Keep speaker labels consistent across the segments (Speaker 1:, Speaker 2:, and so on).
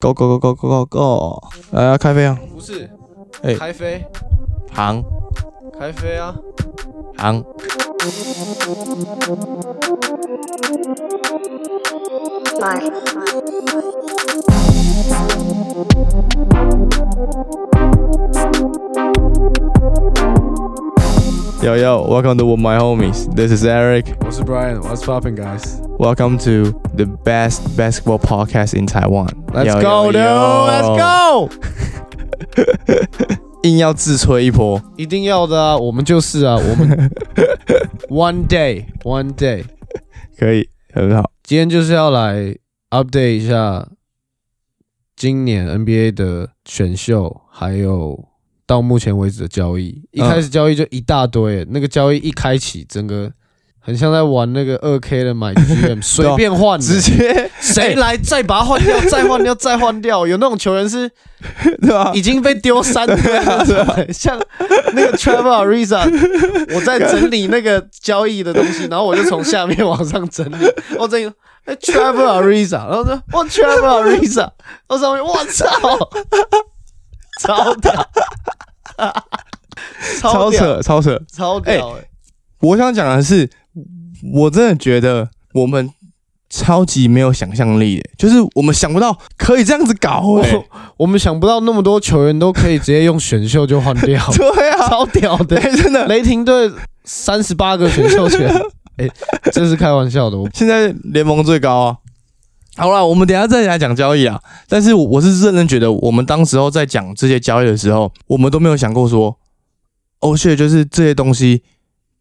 Speaker 1: Go go go go go go go！来啊，开飞啊！
Speaker 2: 不是，
Speaker 1: 哎
Speaker 2: 开飞，
Speaker 1: 航
Speaker 2: 开飞啊！
Speaker 1: 航，Yo yo, welcome to with my homies. This is Eric.
Speaker 2: 我是 Brian，What's popping guys？
Speaker 1: Welcome to the best basketball podcast in Taiwan.
Speaker 2: Let's
Speaker 1: Yo, yo,
Speaker 2: go, dude. Let's
Speaker 1: yo.
Speaker 2: go.
Speaker 1: 硬要自吹一波，
Speaker 2: 一定要的啊，我们就是啊，我 们 one day, one day，
Speaker 1: 可以，很好。
Speaker 2: 今天就是要来 update 一下今年 NBA 的选秀，还有到目前为止的交易。
Speaker 1: 嗯
Speaker 2: 一开始交易就一大堆，那个交易一开启，整个很像在玩那个二 K 的买
Speaker 1: 啊
Speaker 2: GM，随便换的，
Speaker 1: 直接
Speaker 2: 谁来再把它换掉，再换掉，再换掉？有那种球员是
Speaker 1: 对吧？
Speaker 2: 已经被丢三堆了，像那个 Trevor Ariza，我在整理那个交易的东西，然后我就从下面往上整理，我整理。哎，Trevor Ariza，然后说，哇，Trevor Ariza，我上面，我操，超屌，
Speaker 1: 超
Speaker 2: 屌，
Speaker 1: 扯，超扯。
Speaker 2: 超屌，哎
Speaker 1: 我想讲的是，我真的觉得我们超级没有想象力的，就是我们想不到可以这样子搞哎、
Speaker 2: 我我们想不到那么多球员都可以直接用选秀就换 掉，
Speaker 1: 对啊，
Speaker 2: 超屌的
Speaker 1: 对。，真的。
Speaker 2: 雷霆队三十八个选 秀权，哎、这是开玩笑的。我
Speaker 1: 现在联盟最高啊。好啦，我们等一下再来讲交易啊。但是我我是认真觉得，我们当时候在讲这些交易的时候，我们都没有想过说，哦，shit，就是这些东西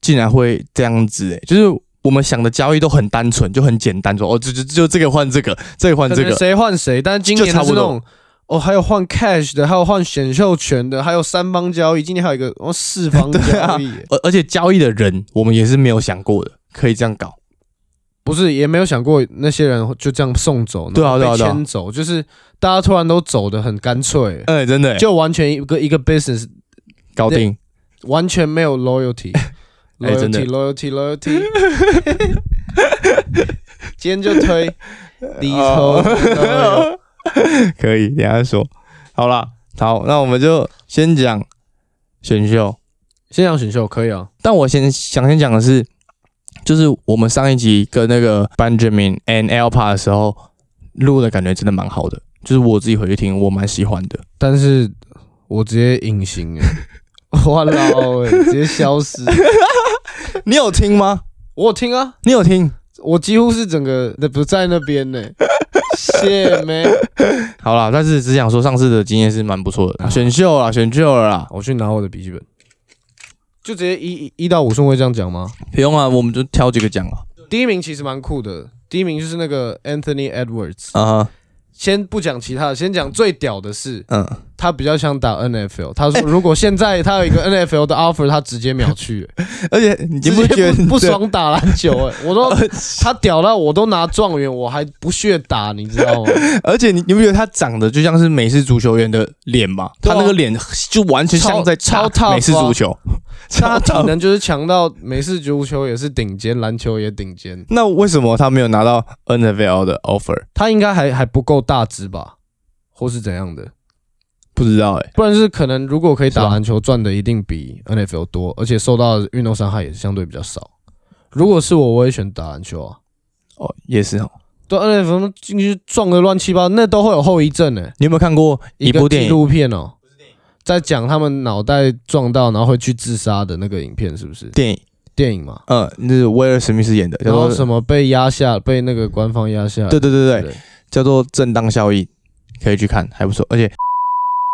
Speaker 1: 竟然会这样子、欸，就是我们想的交易都很单纯，就很简单，说哦，就就就这个换这个，这个换这
Speaker 2: 可能
Speaker 1: 个，
Speaker 2: 谁换谁，但今年
Speaker 1: 就差
Speaker 2: 的
Speaker 1: 不
Speaker 2: 是
Speaker 1: 多
Speaker 2: 那种哦，还有换 cash 的，还有换选秀权的，还有三方交易，今年还有一个哦四 方
Speaker 1: 对啊
Speaker 2: 交易耶，
Speaker 1: 而而且交易的人，我们也是没有想过的，可以这样搞。
Speaker 2: 不是也没有想过那些人就这样送走，
Speaker 1: 对啊
Speaker 2: 然后被
Speaker 1: 对啊对啊
Speaker 2: 牵走，就是大家突然都走的很干脆，
Speaker 1: 哎、真的、就
Speaker 2: 就完全一个一个 business
Speaker 1: 搞定。
Speaker 2: 完全没有 loyalty。
Speaker 1: 哎真的
Speaker 2: loyalty loyalty loyalty，今天就 推低头
Speaker 1: 哦， 可以，等一下再说。好啦，好，那我们就先讲选秀。
Speaker 2: 先讲选秀可以啊，
Speaker 1: 但我先想先讲的是，就是我们上一集跟那个 Benjamin and Alpa 的时候录的感觉真的蛮好的，就是我自己回去听，我蛮喜欢的。
Speaker 2: 但是我直接隐形哎、欸， 哇老哎、直接消失。
Speaker 1: 你有听吗？
Speaker 2: 我有听啊，
Speaker 1: 你有听？
Speaker 2: 我几乎是整个那不在那边呢、谢妹，
Speaker 1: 好啦，但是只想说上次的经验是蛮不错的，啊选秀啦，选秀了啦，
Speaker 2: 我去拿我的笔记本，就直接一一一到五顺位这样讲吗？
Speaker 1: 不用啊，我们就挑几个讲啊。
Speaker 2: 第一名其实蛮酷的，第一名就是那个 Anthony Edwards。
Speaker 1: 啊、
Speaker 2: 先不讲其他的，先讲最屌的是，
Speaker 1: 嗯，
Speaker 2: 他比较想打 NFL。他说，如果现在他有一个 NFL 的 offer，他直接秒去、欸。
Speaker 1: 而且 你
Speaker 2: 直
Speaker 1: 不
Speaker 2: 接
Speaker 1: 觉得
Speaker 2: 不不？爽打篮球、 欸？我都他屌到我都拿状元，我还不屑打，你知 道吗？
Speaker 1: 对而且你你不觉得他长得就像是美式足球员的脸吗？
Speaker 2: 对
Speaker 1: 他
Speaker 2: 啊
Speaker 1: 那个脸就完全像在打
Speaker 2: 超超 tough
Speaker 1: 美式足球，
Speaker 2: 他
Speaker 1: 超 tough 啊
Speaker 2: 体能就是强到美式足球也是顶尖，篮球也顶尖。
Speaker 1: 那为什么他没有拿到 NFL 的 offer？
Speaker 2: 他应该还还不够大只吧，或是怎样的？
Speaker 1: 不知道哎、
Speaker 2: 不然就是可能如果可以
Speaker 1: 是
Speaker 2: 打
Speaker 1: 吧
Speaker 2: 篮球，赚的一定比 NFL 多，而且受到的运动伤害也是相对比较少。如果是我，我也选打篮球啊。
Speaker 1: 哦，也是哦。
Speaker 2: 对啊 NFL 进去撞的乱七八糟，那都会有后遗症呢、
Speaker 1: 你有没有看过一
Speaker 2: 个
Speaker 1: 部电
Speaker 2: 纪
Speaker 1: 影？
Speaker 2: 录片哦，在讲他们脑袋撞到，然后会去自杀的那个影片，是不是
Speaker 1: 电影，
Speaker 2: 电影嘛？
Speaker 1: 嗯，那是威尔史密斯演的，叫
Speaker 2: 然后
Speaker 1: 做
Speaker 2: 什么被压下，被那个官方压下，
Speaker 1: 对对对对，
Speaker 2: 哦对，
Speaker 1: 叫做正当效益，可以去看，还不错。 而且，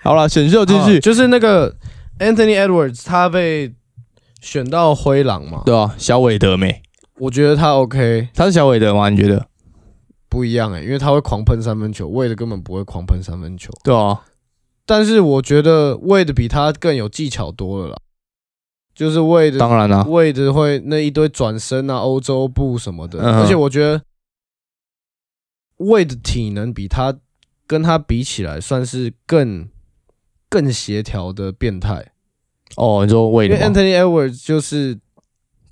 Speaker 1: 好了，选秀继
Speaker 2: 啊
Speaker 1: 续，
Speaker 2: 就是那个 Anthony Edwards，他被选到灰狼嘛，
Speaker 1: 对啊，小韦德没？
Speaker 2: 我觉得他 OK，
Speaker 1: 他是小韦德吗？你觉得？
Speaker 2: 不一样欸诶、因为他会狂喷三分球，魏的根本不会狂喷三分球，
Speaker 1: 对啊，
Speaker 2: 但是我觉得魏的比他更有技巧多了啦，就是魏的
Speaker 1: 当然啦、
Speaker 2: 位置会那一堆转身啊、欧洲步什么的，
Speaker 1: 嗯哼
Speaker 2: 而且我觉得魏的体能比他跟他比起来，算是更更协调的变态。
Speaker 1: 哦，你说韦
Speaker 2: 因为
Speaker 1: 德吗？
Speaker 2: Anthony Edwards 就是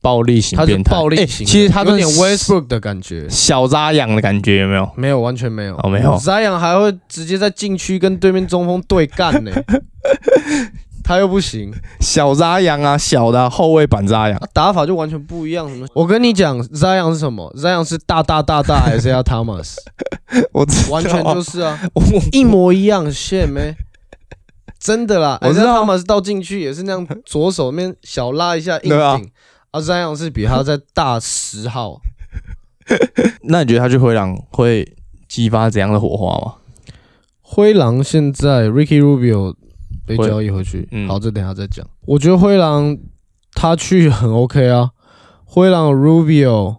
Speaker 1: 暴力型
Speaker 2: 他就
Speaker 1: 变态，
Speaker 2: 暴力
Speaker 1: 欸
Speaker 2: 型的，
Speaker 1: 其实他
Speaker 2: 有
Speaker 1: 跟
Speaker 2: 点 Westbrook 的感觉，
Speaker 1: 小扎养的感觉有没有？
Speaker 2: 没有，完全没有，
Speaker 1: 哦没有
Speaker 2: 扎养还会直接在禁区跟对面中锋对干 呢，他又不行，啊
Speaker 1: 小扎养啊，小的啊、后卫版 扎养，
Speaker 2: 打法就完全不一样。什么？我跟你讲，扎养是什么？扎养是大大大大 S R Thomas，
Speaker 1: 我知道啊
Speaker 2: 完全就是 啊，
Speaker 1: 我
Speaker 2: 一模一样，shit 没。真的啦，
Speaker 1: 我知道
Speaker 2: Isaiah Thomas 到禁区也是那样，左手面小拉一下硬
Speaker 1: 对啊
Speaker 2: 顶，啊，扎养是比他再大十号，
Speaker 1: 那你觉得他去灰狼会激发怎样的火花吗？
Speaker 2: 灰狼现在 Ricky Rubio 被
Speaker 1: 会
Speaker 2: 交易回去，
Speaker 1: 嗯
Speaker 2: 好，这等一下再讲。我觉得灰狼他去很 OK 啊，灰狼有 Rubio、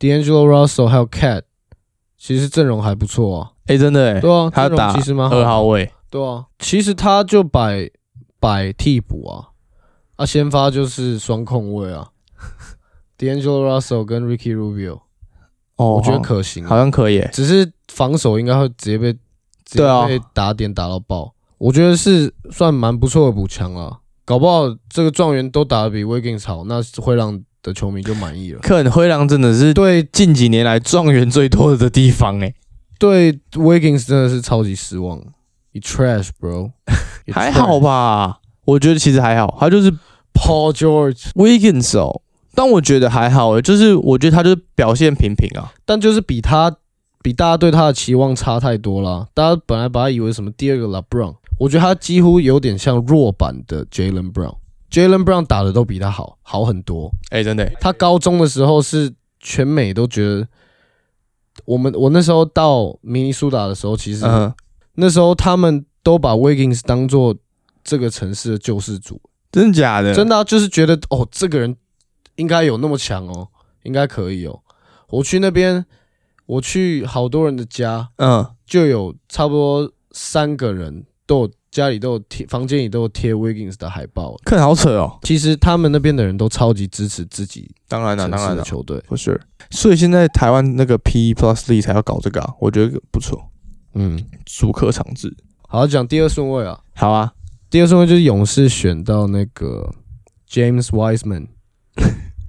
Speaker 2: D'Angelo Russell 还有 Cat，其实阵容还不错啊。
Speaker 1: 哎、真的、欸，
Speaker 2: 对啊，
Speaker 1: 他
Speaker 2: 阵容
Speaker 1: 打
Speaker 2: 其实蛮好
Speaker 1: 二
Speaker 2: 的。
Speaker 1: 号位，
Speaker 2: 对啊，其实他就摆摆替补啊，啊，先发就是双控位 啊，D'Angelo Russell 跟 Ricky Rubio，、
Speaker 1: 哦，
Speaker 2: 我觉得
Speaker 1: 好
Speaker 2: 可行啊、
Speaker 1: 好像可以、欸，
Speaker 2: 只是防守应该会直接被直
Speaker 1: 对啊
Speaker 2: 接被打点打到爆。我觉得是算蛮不错的补强了，搞不好这个状元都打得比 Wiggins 好，那会让的球迷就满意了。
Speaker 1: 可能灰狼真的是
Speaker 2: 对
Speaker 1: 近几年来状元最多的地方、欸，
Speaker 2: 对，Wiggins 真的是超级失望，You trash bro，You
Speaker 1: 还好吧？我觉得其实还好，他就是
Speaker 2: trash？Paul George，
Speaker 1: Wiggins 哦，但我觉得还好、欸，就是我觉得他就是表现平平啊，
Speaker 2: 但就是比他比大家对他的期望差太多了。大家本来把他以为什么第二个 LeBron，我觉得他几乎有点像弱版的 Jalen Brown。Jalen Brown 打的都比他好，好很多。
Speaker 1: 哎、真的、欸，
Speaker 2: 他高中的时候是全美都觉得，我们我那时候到明尼苏达的时候，其实、
Speaker 1: 嗯，
Speaker 2: 那时候他们都把 Wiggins 当做这个城市的救世主，
Speaker 1: 真的假的？
Speaker 2: 真的啊、就是觉得哦，这个人应该有那么强哦，应该可以哦。我去那边，我去好多人的家，
Speaker 1: 嗯，
Speaker 2: 就有差不多三个人都有家里都有贴，房间里都有贴 Wiggins 的海报。
Speaker 1: 看好扯哦，
Speaker 2: 其实他们那边的人都超级支持自己
Speaker 1: 当然了、啊
Speaker 2: 城
Speaker 1: 当
Speaker 2: 市
Speaker 1: 然
Speaker 2: 的
Speaker 1: 了、
Speaker 2: 球队，
Speaker 1: 不是，所以现在台湾那个 P Plus League 才要搞这个啊，我觉得不错，
Speaker 2: 嗯。
Speaker 1: 主客场制，
Speaker 2: 好，讲第二顺位啊，
Speaker 1: 好啊，
Speaker 2: 第二顺位就是勇士选到那个 James Wiseman，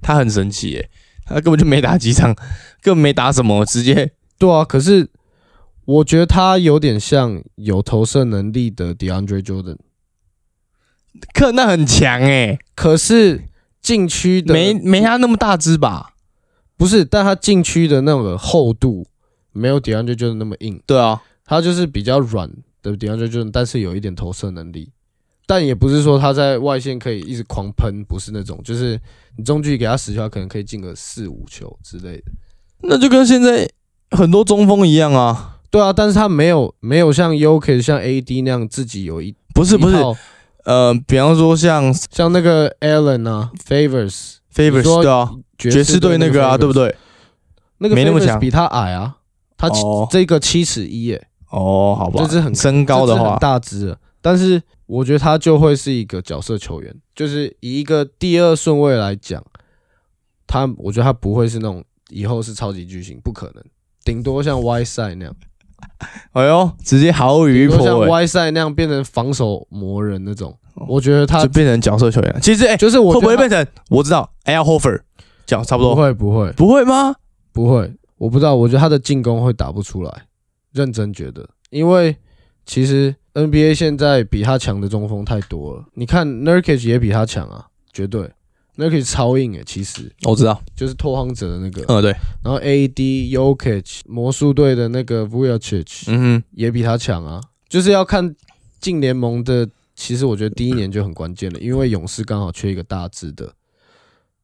Speaker 1: 他很神奇耶、他根本就没打几场， 根本没打什么，直接
Speaker 2: 对啊，可是我觉得他有点像有投射能力的 DeAndre Jordan，
Speaker 1: 克那很强哎、
Speaker 2: 可是禁区的
Speaker 1: 没没他那么大只吧？
Speaker 2: 不是，但他禁区的那个厚度没有 DeAndre Jordan 那么硬，
Speaker 1: 对啊，
Speaker 2: 他就是比较软的 DeAndre Jordan，但是有一点投射能力。但也不是说他在外线可以一直狂喷，不是那种，就是你中距离给他十球，他可能可以进个四五球之类的。
Speaker 1: 那就跟现在很多中锋一样啊，
Speaker 2: 对啊，但是他没有没有像 u k 像 AD 那样自己有一
Speaker 1: 不是不
Speaker 2: 一
Speaker 1: 是，
Speaker 2: 套
Speaker 1: 呃，比方说像
Speaker 2: 像那个 Allen 啊，Favors
Speaker 1: Favors
Speaker 2: 说
Speaker 1: 对啊，爵士队那个啊，对不？对？
Speaker 2: 那个
Speaker 1: 没那么
Speaker 2: Favors
Speaker 1: 强
Speaker 2: 比他矮啊，他七
Speaker 1: 哦
Speaker 2: 这个七尺一耶，
Speaker 1: 哦，好吧，
Speaker 2: 这只很
Speaker 1: 身高的
Speaker 2: 这只很
Speaker 1: 话，
Speaker 2: 大只了，但是我觉得他就会是一个角色球员，就是以一个第二顺位来讲，他我觉得他不会是那种以后是超级巨星，不可能，顶多像 Y 赛那样，
Speaker 1: 哎呦，直接毫无
Speaker 2: 顶
Speaker 1: 余
Speaker 2: 多像
Speaker 1: 波哎、
Speaker 2: Y 赛那样变成防守魔人那种，我觉得他
Speaker 1: 就变成角色球员了。其实哎、
Speaker 2: 就是我
Speaker 1: 会不
Speaker 2: 觉得
Speaker 1: 哦会
Speaker 2: 他
Speaker 1: 变成？我知道 a l Hofer 讲差不
Speaker 2: 不
Speaker 1: 多，
Speaker 2: 会不会
Speaker 1: 不会吗？
Speaker 2: 不会，我不知道，我觉得他的进攻会打不出来，认真觉得，因为其实 NBA 现在比他强的中锋太多了，你看 Nurkic 也比他强啊，绝对 Nurkic 超硬诶、欸其实
Speaker 1: 我知道，
Speaker 2: 就是拓荒者的那个，
Speaker 1: 嗯，对，
Speaker 2: 然后 AD Yokic 魔术队的那个 Vujacic
Speaker 1: 嗯哼，
Speaker 2: 也比他强啊，就是要看进联盟的，其实我觉得第一年就很关键了，因为勇士刚好缺一个大致的，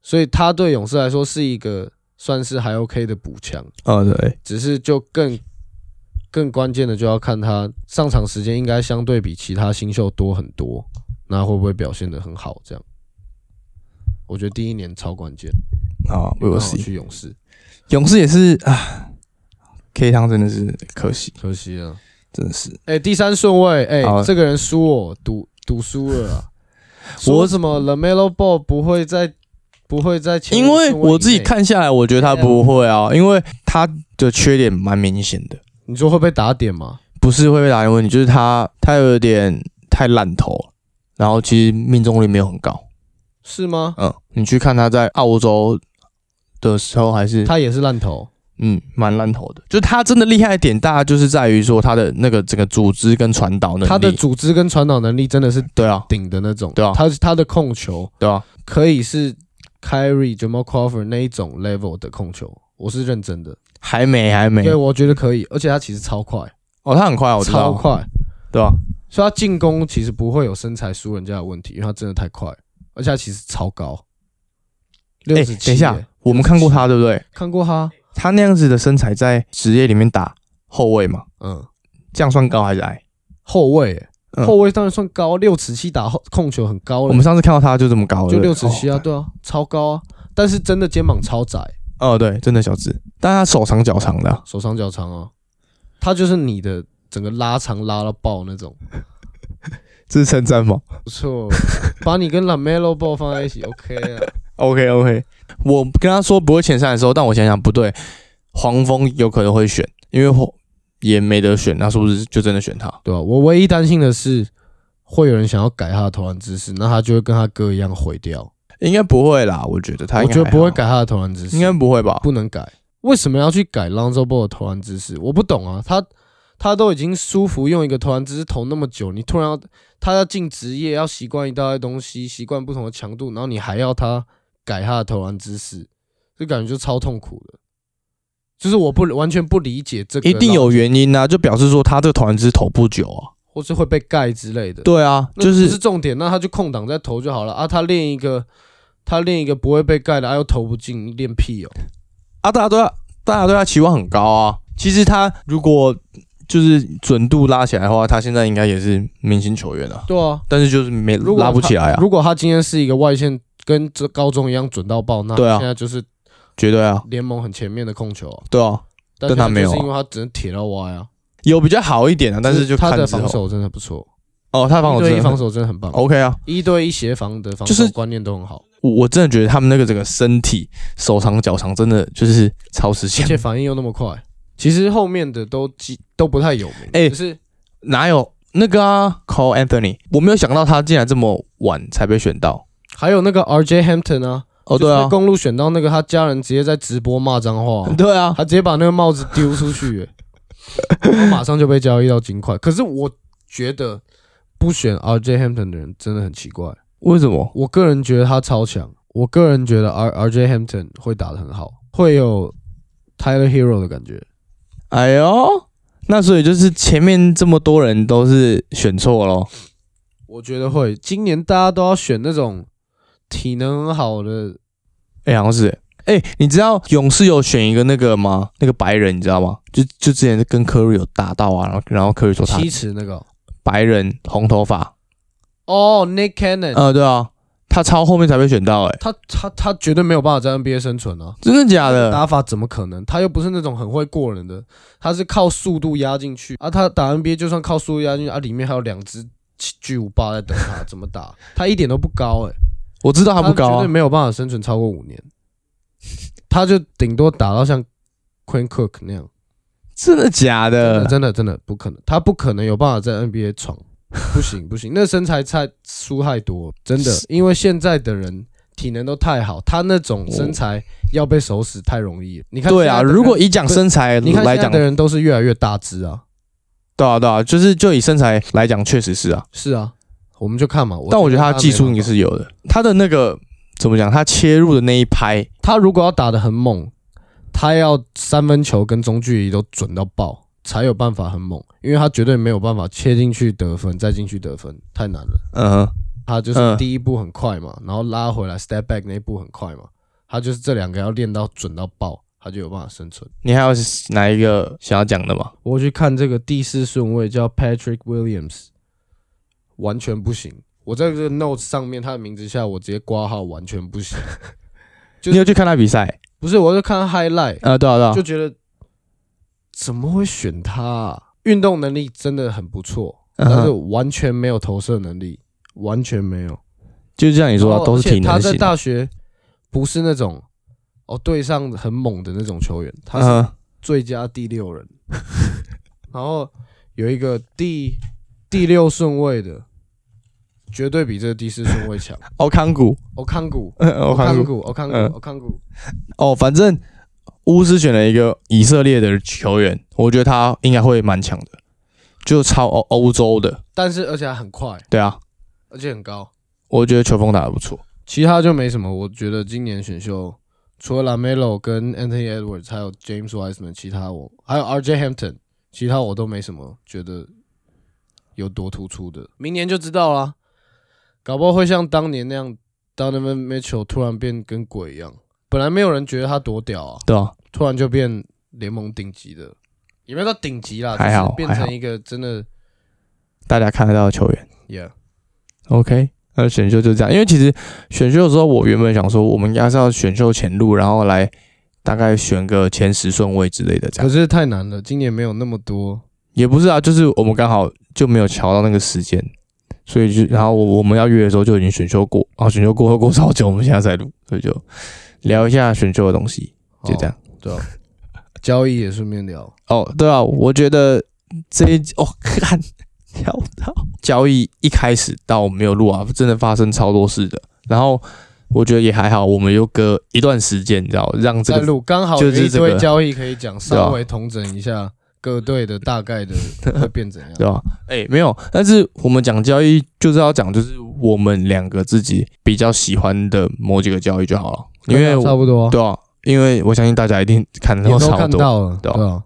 Speaker 2: 所以他对勇士来说是一个算是还 OK 的补强。
Speaker 1: 嗯，对，
Speaker 2: 只是就更更关键的就要看他上场时间应该相对比其他新秀多很多，那会不会表现的很好？这样，我觉得第一年超关键。
Speaker 1: 好，我
Speaker 2: 刚
Speaker 1: 有
Speaker 2: 好
Speaker 1: C，
Speaker 2: 去勇士，
Speaker 1: 勇士也是啊，K 汤真的是可惜，
Speaker 2: 可惜了。
Speaker 1: 真的是
Speaker 2: 哎、第三顺位，哎、
Speaker 1: 啊好
Speaker 2: 这个人输我赌赌输了 啊。
Speaker 1: 我
Speaker 2: 说什么 Lamelo Ball 不会在不会在前五
Speaker 1: 因为
Speaker 2: 顺位以内
Speaker 1: 我自己，看下来，我觉得他不会啊，因为他的缺点蛮明显的，
Speaker 2: 你说会被打点吗？
Speaker 1: 不是会被打的问题，就是他他有点太烂头了，然后其实命中率没有很高，
Speaker 2: 是吗？
Speaker 1: 嗯，你去看他在澳洲的时候，还是
Speaker 2: 他也是烂头，
Speaker 1: 嗯蛮烂头的。就他真的厉害的点，大家就是在于说他的那个整个组织跟传导能力。
Speaker 2: 他的组织跟传导能力真的是
Speaker 1: 对啊，
Speaker 2: 顶的那种。
Speaker 1: 对啊
Speaker 2: 他他的控球
Speaker 1: 对啊，
Speaker 2: 可以是 Kyrie、Jamal Crawford 那一种 level 的控球，我是认真的。
Speaker 1: 还没还没
Speaker 2: 对，我觉得可以，而且他其实超快，
Speaker 1: 哦，他很快，我知道，
Speaker 2: 超快，
Speaker 1: 对啊，
Speaker 2: 所以他进攻其实不会有身材输人家的问题，因为他真的太快，而且他其实超高，六
Speaker 1: 哎、
Speaker 2: 十七。
Speaker 1: 等一下，我们看过他对不对？
Speaker 2: 看过他，
Speaker 1: 他那样子的身材在职业里面打后卫嘛，
Speaker 2: 嗯，
Speaker 1: 这样算高还是矮？
Speaker 2: 后卫、
Speaker 1: 嗯
Speaker 2: 后卫当然算高，六尺七打后控球很高了，
Speaker 1: 我们上次看到他就这么高，
Speaker 2: 就
Speaker 1: 对哦
Speaker 2: 六
Speaker 1: 不对
Speaker 2: 尺七啊，。对啊，超高啊，但是真的肩膀超窄，
Speaker 1: 哦，对，真的小只，但他手长脚长的啊、
Speaker 2: 手长脚长啊，他就是你的整个拉长拉到爆那种，
Speaker 1: 这是称赞吗
Speaker 2: 不错，把你跟 Lamelo 爆放在一 起，OK 啊，
Speaker 1: ？OK OK，我跟他说不会前三的时候，但我想想不对，黄蜂有可能会选，因为黄也没得选，那是不是就真的选他？
Speaker 2: 对啊，我唯一担心的是会有人想要改他的投篮姿势，那他就会跟他哥一样毁掉，
Speaker 1: 应该不会啦，我觉得他
Speaker 2: 我
Speaker 1: 应该
Speaker 2: 觉得不会
Speaker 1: 还好，
Speaker 2: 改他的投篮姿势，
Speaker 1: 应该不会吧？
Speaker 2: 不能改。为什么要去改 Lonzo Ball 的投篮姿势？我不懂啊，他他都已经舒服用一个投篮姿势投那么久，你突然要他要进职业，要习惯一大堆东西，习惯不同的强度，然后你还要他改他的投篮姿势，就感觉就超痛苦的。就是我不完全不理解这个，
Speaker 1: 一定有，原因呐、啊就表示说他这个团只投不久啊。
Speaker 2: 或是会被盖之类的。
Speaker 1: 对啊，
Speaker 2: 那
Speaker 1: 就
Speaker 2: 不是
Speaker 1: 是
Speaker 2: 重点，那他就空档再投就好了啊。他练一个，他练一个不会被盖的，啊又投不进，你练屁哦。
Speaker 1: 啊，大家对他大家对他期望很高啊。其实他如果就是准度拉起来的话，他现在应该也是明星球员啊，
Speaker 2: 对啊，
Speaker 1: 但是就是没
Speaker 2: 如果
Speaker 1: 拉不起来
Speaker 2: 他
Speaker 1: 啊，
Speaker 2: 如果他今天是一个外线，跟这高中一样准到爆，那
Speaker 1: 对啊
Speaker 2: 现在就是
Speaker 1: 绝对啊，
Speaker 2: 联盟很前面的控球、啊。
Speaker 1: 对啊，但他
Speaker 2: 现
Speaker 1: 没
Speaker 2: 在
Speaker 1: 有啊
Speaker 2: 就是因为他只能铁到歪啊。
Speaker 1: 有比较好一点啊，但是就
Speaker 2: 他
Speaker 1: 看
Speaker 2: 的
Speaker 1: 之后
Speaker 2: 防守真的不错，
Speaker 1: 哦，他的防
Speaker 2: 一
Speaker 1: 守真
Speaker 2: 对一
Speaker 1: 的
Speaker 2: 防守真的很棒，
Speaker 1: OK 啊，
Speaker 2: 一对一协防的防
Speaker 1: 就
Speaker 2: 守
Speaker 1: 是
Speaker 2: 观念都很好，
Speaker 1: 我我真的觉得他们那个整个身体手长脚长真的就是超时
Speaker 2: 而
Speaker 1: 限，
Speaker 2: 且反应又那么快。其实后面的都几都不太有名，
Speaker 1: 哎
Speaker 2: 只是
Speaker 1: 哪有那个啊？Call Anthony，我没有想到他竟然这么晚才被选到。
Speaker 2: 还有那个 R.J. Hampton 啊，
Speaker 1: 哦，
Speaker 2: 就是
Speaker 1: 对
Speaker 2: 在
Speaker 1: 啊，
Speaker 2: 公路选到那个他家人直接在直播骂脏话啊、
Speaker 1: 对啊，
Speaker 2: 他直接把那个帽子丢出去、欸，然后马上就被交易到金块。可是我觉得不选 R.J. Hampton 的人真的很奇怪。
Speaker 1: 为什么？
Speaker 2: 我个人觉得他超强，我个人觉得 R R.J. Hampton 会打得很好，会有 Tyler Hero 的感觉。
Speaker 1: 哎呦，那所以就是前面这么多人都是选错咯。
Speaker 2: 我觉得会，今年大家都要选那种体能很好的，
Speaker 1: 哎、好像是、哎、你知道勇士有选一个那个吗？那个白人，你知道吗？就就之前跟科瑞有打到啊，然后然后科瑞说他
Speaker 2: 七尺那个哦。
Speaker 1: 白人红头发，
Speaker 2: 哦、n i c k Cannon，、
Speaker 1: 呃，对啊，他超后面才被选到、哎，
Speaker 2: 他他他绝对没有办法在 NBA 生存啊！
Speaker 1: 真的假的？
Speaker 2: 打法怎么可能？他又不是那种很会过人的，他是靠速度压进去啊。他打 NBA 就算靠速度压进去啊，里面还有两只巨无霸在等他，怎么打？他一点都不高哎、
Speaker 1: 我知道他不
Speaker 2: 绝
Speaker 1: 高、
Speaker 2: 对
Speaker 1: 啊，
Speaker 2: 没有办法生存超过五年。他就顶多打到像 Queen Cook 那样，
Speaker 1: 真的假
Speaker 2: 真的
Speaker 1: 的？
Speaker 2: 真的真的不可能，他不可能有办法在 NBA 闯，不行不行，那身材差输太多，真的
Speaker 1: 是，
Speaker 2: 因为现在的人体能都太好，他那种身材要被手死太容易了。你看
Speaker 1: 哦对
Speaker 2: 现在
Speaker 1: 啊，
Speaker 2: 的人
Speaker 1: 如果以讲身材
Speaker 2: 你看
Speaker 1: 来
Speaker 2: 现在
Speaker 1: 讲，
Speaker 2: 的
Speaker 1: 对
Speaker 2: 人都是越来越大只啊，
Speaker 1: 啊对啊，就是就以身材来讲，确实是啊。
Speaker 2: 是啊，我们就看嘛。
Speaker 1: 但我觉得他的技术
Speaker 2: 没
Speaker 1: 应
Speaker 2: 办
Speaker 1: 该
Speaker 2: 法
Speaker 1: 是有的，他的那个怎么讲？他切入的那一拍，
Speaker 2: 他如果要打得很猛，他要三分球跟中距离都准到爆，才有办法很猛，因为他绝对没有办法切进去得分，再进去得分太难了。
Speaker 1: 嗯、哼
Speaker 2: 他就
Speaker 1: 嗯
Speaker 2: 是第一步很快嘛，然后拉回来 step back 那一步很快嘛，他就是这两个要练到准到爆，他就有办法生存。
Speaker 1: 你还有哪一个想要讲的吗？
Speaker 2: 我去看这个第四顺位叫 Patrick Williams，完全不行。我在这个 notes 上面他的名字下，我直接挂号完全不行。 就是
Speaker 1: 你有去看他比赛？
Speaker 2: 不是，我就看 highlight，
Speaker 1: 呃，对啊，对啊
Speaker 2: 就，觉得怎么会选他、啊？运动能力真的很不错，
Speaker 1: 嗯哼
Speaker 2: 但是完全没有投射能力，完全没有。
Speaker 1: 就像你说的，
Speaker 2: 然后
Speaker 1: 都是
Speaker 2: 哦而
Speaker 1: 体
Speaker 2: 且他
Speaker 1: 能
Speaker 2: 在
Speaker 1: 型。
Speaker 2: 大学不是那种哦对上很猛的那种球员，他是
Speaker 1: 嗯，
Speaker 2: 最佳第六人， 然后有一个第第六顺位的绝对比这个第四顺位强。
Speaker 1: 欧哦康 股，
Speaker 2: 欧康股，
Speaker 1: 欧康股，
Speaker 2: 股，哦欧康
Speaker 1: 哦
Speaker 2: 股，
Speaker 1: 嗯
Speaker 2: 欧康股，
Speaker 1: 哦，反正巫师选了一个以色列的球员，我觉得他应该会蛮强的，就超欧欧洲的，
Speaker 2: 但是而且还很快，
Speaker 1: 对啊，
Speaker 2: 而且很高。
Speaker 1: 我觉得球风打得不错。
Speaker 2: 其他就没什么。我觉得今年选秀除了 Lamelo 跟 Anthony Edwards，还有 James Wiseman，其他我还有 RJ Hampton，其他我都没什么觉得有多突出的。明年就知道啦，搞不好会像当年那样，Donovan Mitchell 突然变跟鬼一样。本来没有人觉得他多屌啊，
Speaker 1: 对啊，
Speaker 2: 突然就变联盟顶级的，也没有到顶级啦，
Speaker 1: 还好
Speaker 2: 就是变
Speaker 1: 还好
Speaker 2: 成一个真的
Speaker 1: 大家看得到的球员。
Speaker 2: ，Yeah，
Speaker 1: OK，那选秀就这样。因为其实选秀的时候，我原本想说，我们应该是要选秀前路，然后来大概选个前十顺位之类的，这
Speaker 2: 可
Speaker 1: 样
Speaker 2: 是太难了，今年没有那么多。
Speaker 1: 也不是啊，就是我们刚好就没有瞧到那个时间，所
Speaker 2: 嗯
Speaker 1: 以就然后我我们要约的时候就已经选秀过，然后选秀过后过超久，我们现在在录，所以就聊一下选秀的东西，就这样。
Speaker 2: 对啊，交易也顺便聊。
Speaker 1: 哦，对啊，我觉得这一集哦， 看聊到交易一开始到我们没有录啊，真的发生超多事的。然后我觉得也还好，我们又隔一段时间，你知道，让这
Speaker 2: 在
Speaker 1: 个
Speaker 2: 录，刚好
Speaker 1: 就
Speaker 2: 有
Speaker 1: 是
Speaker 2: 一
Speaker 1: 这个
Speaker 2: 堆交易可以讲，
Speaker 1: 对啊
Speaker 2: 稍微统整一下各队的大概 的会变怎样。
Speaker 1: 对吧？哎，没有，但是我们讲交易就是要讲，就是我们两个自己比较喜欢的某几个交易就好了，因为
Speaker 2: 差
Speaker 1: 我
Speaker 2: 不多，
Speaker 1: 对啊，因为我相信大家一定看
Speaker 2: 也
Speaker 1: 到
Speaker 2: 都
Speaker 1: 超
Speaker 2: 看
Speaker 1: 多。
Speaker 2: 到了，
Speaker 1: 对
Speaker 2: 对
Speaker 1: 啊
Speaker 2: 吧？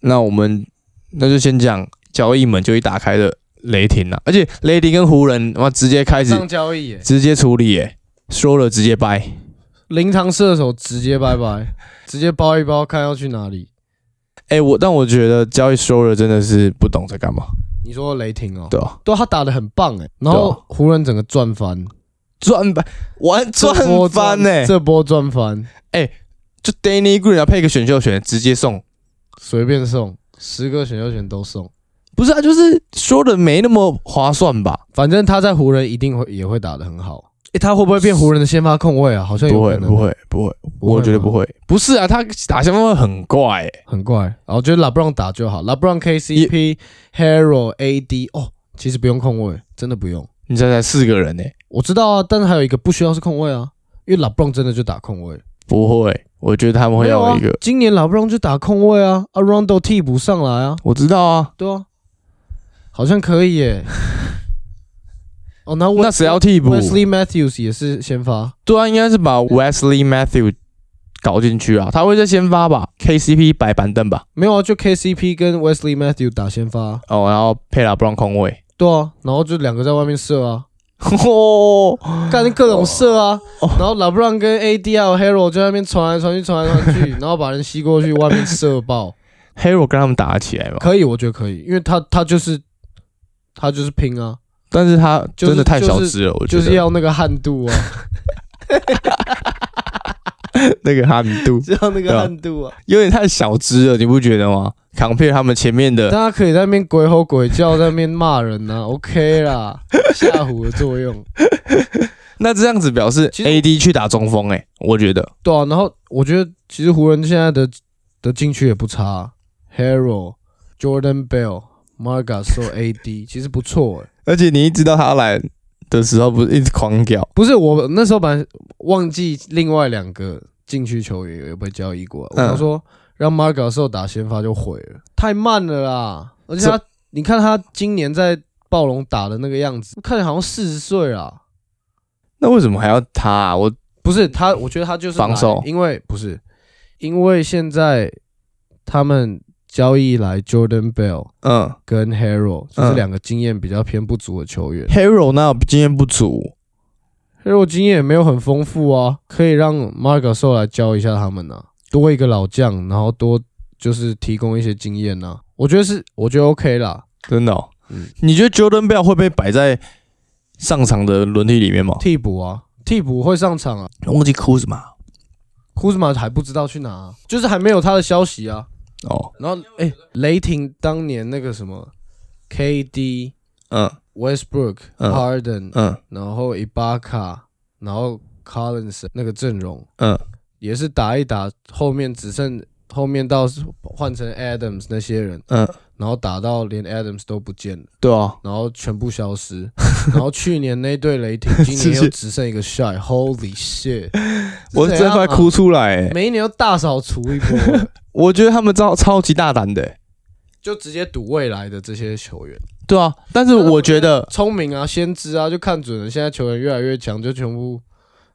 Speaker 1: 那我们那就先讲交易门就一打开的雷霆了、而且雷霆跟湖人哇直接开始
Speaker 2: 上交易耶，
Speaker 1: 直接处理耶、说了直接掰。
Speaker 2: 灵堂射手直接拜 拜，直接包一包，看要去哪里。
Speaker 1: 哎、我但我觉得交易收了真的是不懂在干嘛，
Speaker 2: 你说雷霆哦，
Speaker 1: 对吧、
Speaker 2: 对啊，他打的很棒哎，然
Speaker 1: 对
Speaker 2: 后
Speaker 1: 啊
Speaker 2: 湖人整个赚翻，
Speaker 1: 转翻玩转
Speaker 2: 这波
Speaker 1: 翻欸呢、
Speaker 2: 这波赚翻，
Speaker 1: 就 Danny Green 啊要配一个选秀权直接送，
Speaker 2: 随便送十个选秀权都送，
Speaker 1: 不是啊，就是说的没那么划算吧？
Speaker 2: 反正他在湖人一定会也会打的很好。诶，他会不会变湖人的先发控卫啊？好像有
Speaker 1: 不
Speaker 2: 可
Speaker 1: 会
Speaker 2: 能
Speaker 1: 不会不会，我觉得
Speaker 2: 吗
Speaker 1: 不会，不是啊，他打相会很怪、欸，
Speaker 2: 很怪。然后觉得 LeBron 打就好，LeBron KCP、Hero、AD 哦，其实不用控卫，真的不用。
Speaker 1: 你猜才四个人呢、欸
Speaker 2: 我知道啊，但是还有一个不需要是控卫啊，因为 LeBron 真的就打控卫。
Speaker 1: 不会，我觉得他们会
Speaker 2: 没有
Speaker 1: 要
Speaker 2: 啊
Speaker 1: 一个，，
Speaker 2: 今年 LeBron 就打控卫啊，啊 Rondo 替补上来啊，
Speaker 1: 我知道啊，
Speaker 2: 对啊，好像可以耶。 哦，那 Wes-
Speaker 1: 那谁要替补？
Speaker 2: Wesley Matthews 也是先发，
Speaker 1: 对啊，应该是把 Wesley Matthew 搞进去啊，他会在先发吧，KCP 摆板凳吧，
Speaker 2: 没有啊，就 KCP 跟 Wesley Matthews 打先发啊、
Speaker 1: 哦，然后配了 Brown 空 位，
Speaker 2: 对啊，然后就两个在外面射啊，
Speaker 1: 哦，
Speaker 2: 干各种射啊，
Speaker 1: 哦
Speaker 2: 然后 LeBron 跟 AD 还有 Hero 就在那边传来传去，传来 传去，然后把人吸过去，外面射爆。
Speaker 1: Hero 跟他们打起来嘛，
Speaker 2: 可以，我觉得可以，因为他他就是他就是拼啊，
Speaker 1: 但是他真的太小
Speaker 2: 就是
Speaker 1: 只了，我觉
Speaker 2: 就
Speaker 1: 得、
Speaker 2: 是要那个悍度啊，
Speaker 1: 那个悍度
Speaker 2: 就要那
Speaker 1: 对
Speaker 2: 个
Speaker 1: 啊
Speaker 2: 悍度啊。
Speaker 1: 有点太小只了，你不觉得吗？Compare 他们前面
Speaker 2: 大
Speaker 1: 的，
Speaker 2: 家可以在那边鬼吼鬼叫，在那边骂人呐、啊、，OK 啦，吓唬的作用。
Speaker 1: 那这样子表示
Speaker 2: 其实
Speaker 1: AD 去打中锋，哎，我觉得
Speaker 2: 对啊，然后我觉得其实湖人现在的的禁区也不差、Hero、Jordan Bell、Marga、So AD 其实不错诶、欸
Speaker 1: 而且你一知道他来的时候，不是一直狂屌，
Speaker 2: 不是我那时候本来忘记另外两个禁区球员有被交易过，我
Speaker 1: 嗯
Speaker 2: 想说让 m a r g a 受打先发就毁了，太慢了啦！而且他，你看他今年在暴龙打的那个样子，看起来好像四十岁啦。
Speaker 1: 那为什么还要他、啊？我
Speaker 2: 不是他，我觉得他就是
Speaker 1: 防守
Speaker 2: 来因为不是因为现在他们交易来 Jordan Bell
Speaker 1: 嗯
Speaker 2: 跟 Hero，就是
Speaker 1: 嗯
Speaker 2: 两个经验比较偏不足的球员。
Speaker 1: ，Hero 那经验不足，
Speaker 2: Hero 经验也没有很丰富啊，可以让 Marga 受来教一下他们啊，多一个老将，然后多就是提供一些经验呐、啊。我觉得是，我觉得 OK 啦，
Speaker 1: 真的、哦
Speaker 2: 嗯
Speaker 1: 你觉得 Jordan Bell 会被摆在上场的轮替里面吗？
Speaker 2: 替补啊，替补会上场啊。
Speaker 1: 我忘记 Kuzma
Speaker 2: Kuzma 还不知道去哪啊、就是还没有他的消息啊。
Speaker 1: 哦，
Speaker 2: 然后，哎、雷霆当年那个什么 KD、
Speaker 1: 嗯
Speaker 2: Westbrook、
Speaker 1: 嗯
Speaker 2: Harden，、
Speaker 1: 嗯
Speaker 2: 然后 Ibaka，然后 Collins 那个阵容，
Speaker 1: 嗯，
Speaker 2: 也是打一打，后面只剩后面到换成 Adams 那些人，
Speaker 1: 嗯，
Speaker 2: 然后打到连 Adams 都不见了，
Speaker 1: 对啊，
Speaker 2: 然后全部 消失。然后去年那队雷霆，今
Speaker 1: 谢
Speaker 2: 年
Speaker 1: 谢
Speaker 2: 又只剩一个 Shy，Holy shit！
Speaker 1: 我
Speaker 2: 是
Speaker 1: 真
Speaker 2: 怎
Speaker 1: 的
Speaker 2: 样
Speaker 1: 快
Speaker 2: 啊
Speaker 1: 哭出来、欸。
Speaker 2: 每一年都大扫除一 波，
Speaker 1: 我觉得他们超超级大胆的、欸，
Speaker 2: 就直接赌未来的这些球员。
Speaker 1: 对啊。但是我觉得，
Speaker 2: 聪明啊，先知啊，就看准了。现在球员越来越强，就全部，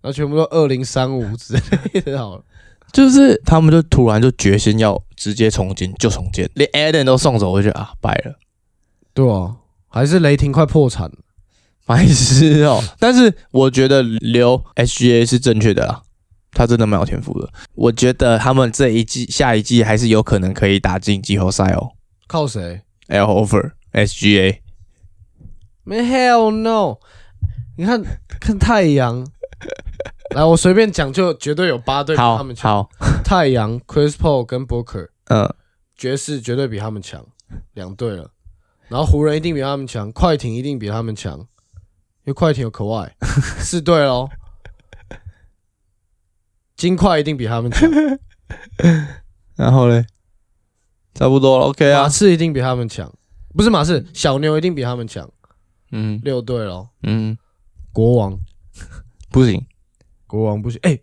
Speaker 2: 然后全部都二零三五之类的好了。
Speaker 1: 就是他们就突然就决心要直接重建，就重建，连 Eden 都送走，我就觉得啊，败了，
Speaker 2: 对啊，还是雷霆快破产了。
Speaker 1: 白痴 哦。但是我觉得留 SGA 是正确的啦，他真的蛮有天赋的。我觉得他们这一季、下一季还是有可能可以打进季后赛哦。
Speaker 2: 靠谁
Speaker 1: L over SGA，
Speaker 2: 没 Hell no！你看看太 阳，来我随便讲就绝对有八队比他
Speaker 1: 好
Speaker 2: 们强。
Speaker 1: 好，
Speaker 2: 太阳 Chris Paul 跟 Booker，
Speaker 1: 嗯、
Speaker 2: 爵士绝对比他们强，两队了。然后湖人一定比他们强，快艇一定比他们强，因为快艇有 可外，四队喽。金块一定比他们强，
Speaker 1: 然后嘞，差不多了，OK
Speaker 2: 马
Speaker 1: 啊，
Speaker 2: 刺一定比他们强，不是马刺，小牛一定比他们强，
Speaker 1: 嗯
Speaker 2: 六队喽。
Speaker 1: 嗯，
Speaker 2: 国王，
Speaker 1: 不行，
Speaker 2: 国王不行，哎、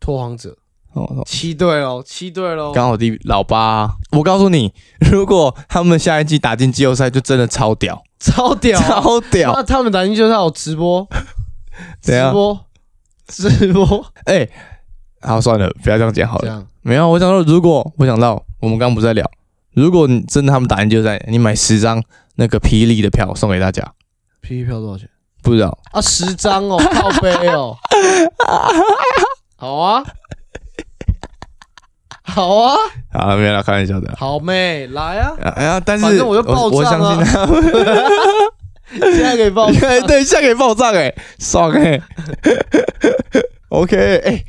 Speaker 2: 拓荒者
Speaker 1: 哦，
Speaker 2: 七队喽，七队喽。
Speaker 1: 刚好弟老八啊、我告诉你，如果他们下一季打进季后赛，就真的超屌，
Speaker 2: 超屌啊、
Speaker 1: 超屌！
Speaker 2: 那他们打进就是有直播，
Speaker 1: 怎
Speaker 2: 直
Speaker 1: 样
Speaker 2: 播，直播，
Speaker 1: 哎、好，算了，不要这样讲好
Speaker 2: 这
Speaker 1: 了。
Speaker 2: 样
Speaker 1: 没有，我想说，如果我想到我们刚刚不是在聊，如果你真的他们打进季后赛，你买十张那个霹雳的票送给大家，
Speaker 2: ，P P 票多少钱？
Speaker 1: 不知道
Speaker 2: 啊，十张哦， 靠背哦，好啊，好啊，
Speaker 1: 啊？没有啦，开玩笑的啦。
Speaker 2: 好妹，来啊，
Speaker 1: 啊哎呀，但是
Speaker 2: 反正我就
Speaker 1: 我
Speaker 2: 报
Speaker 1: 我
Speaker 2: 账啊
Speaker 1: 相信他，
Speaker 2: 现在可以报
Speaker 1: 哎 对，现在可以报账哎、爽哎、OK 哎、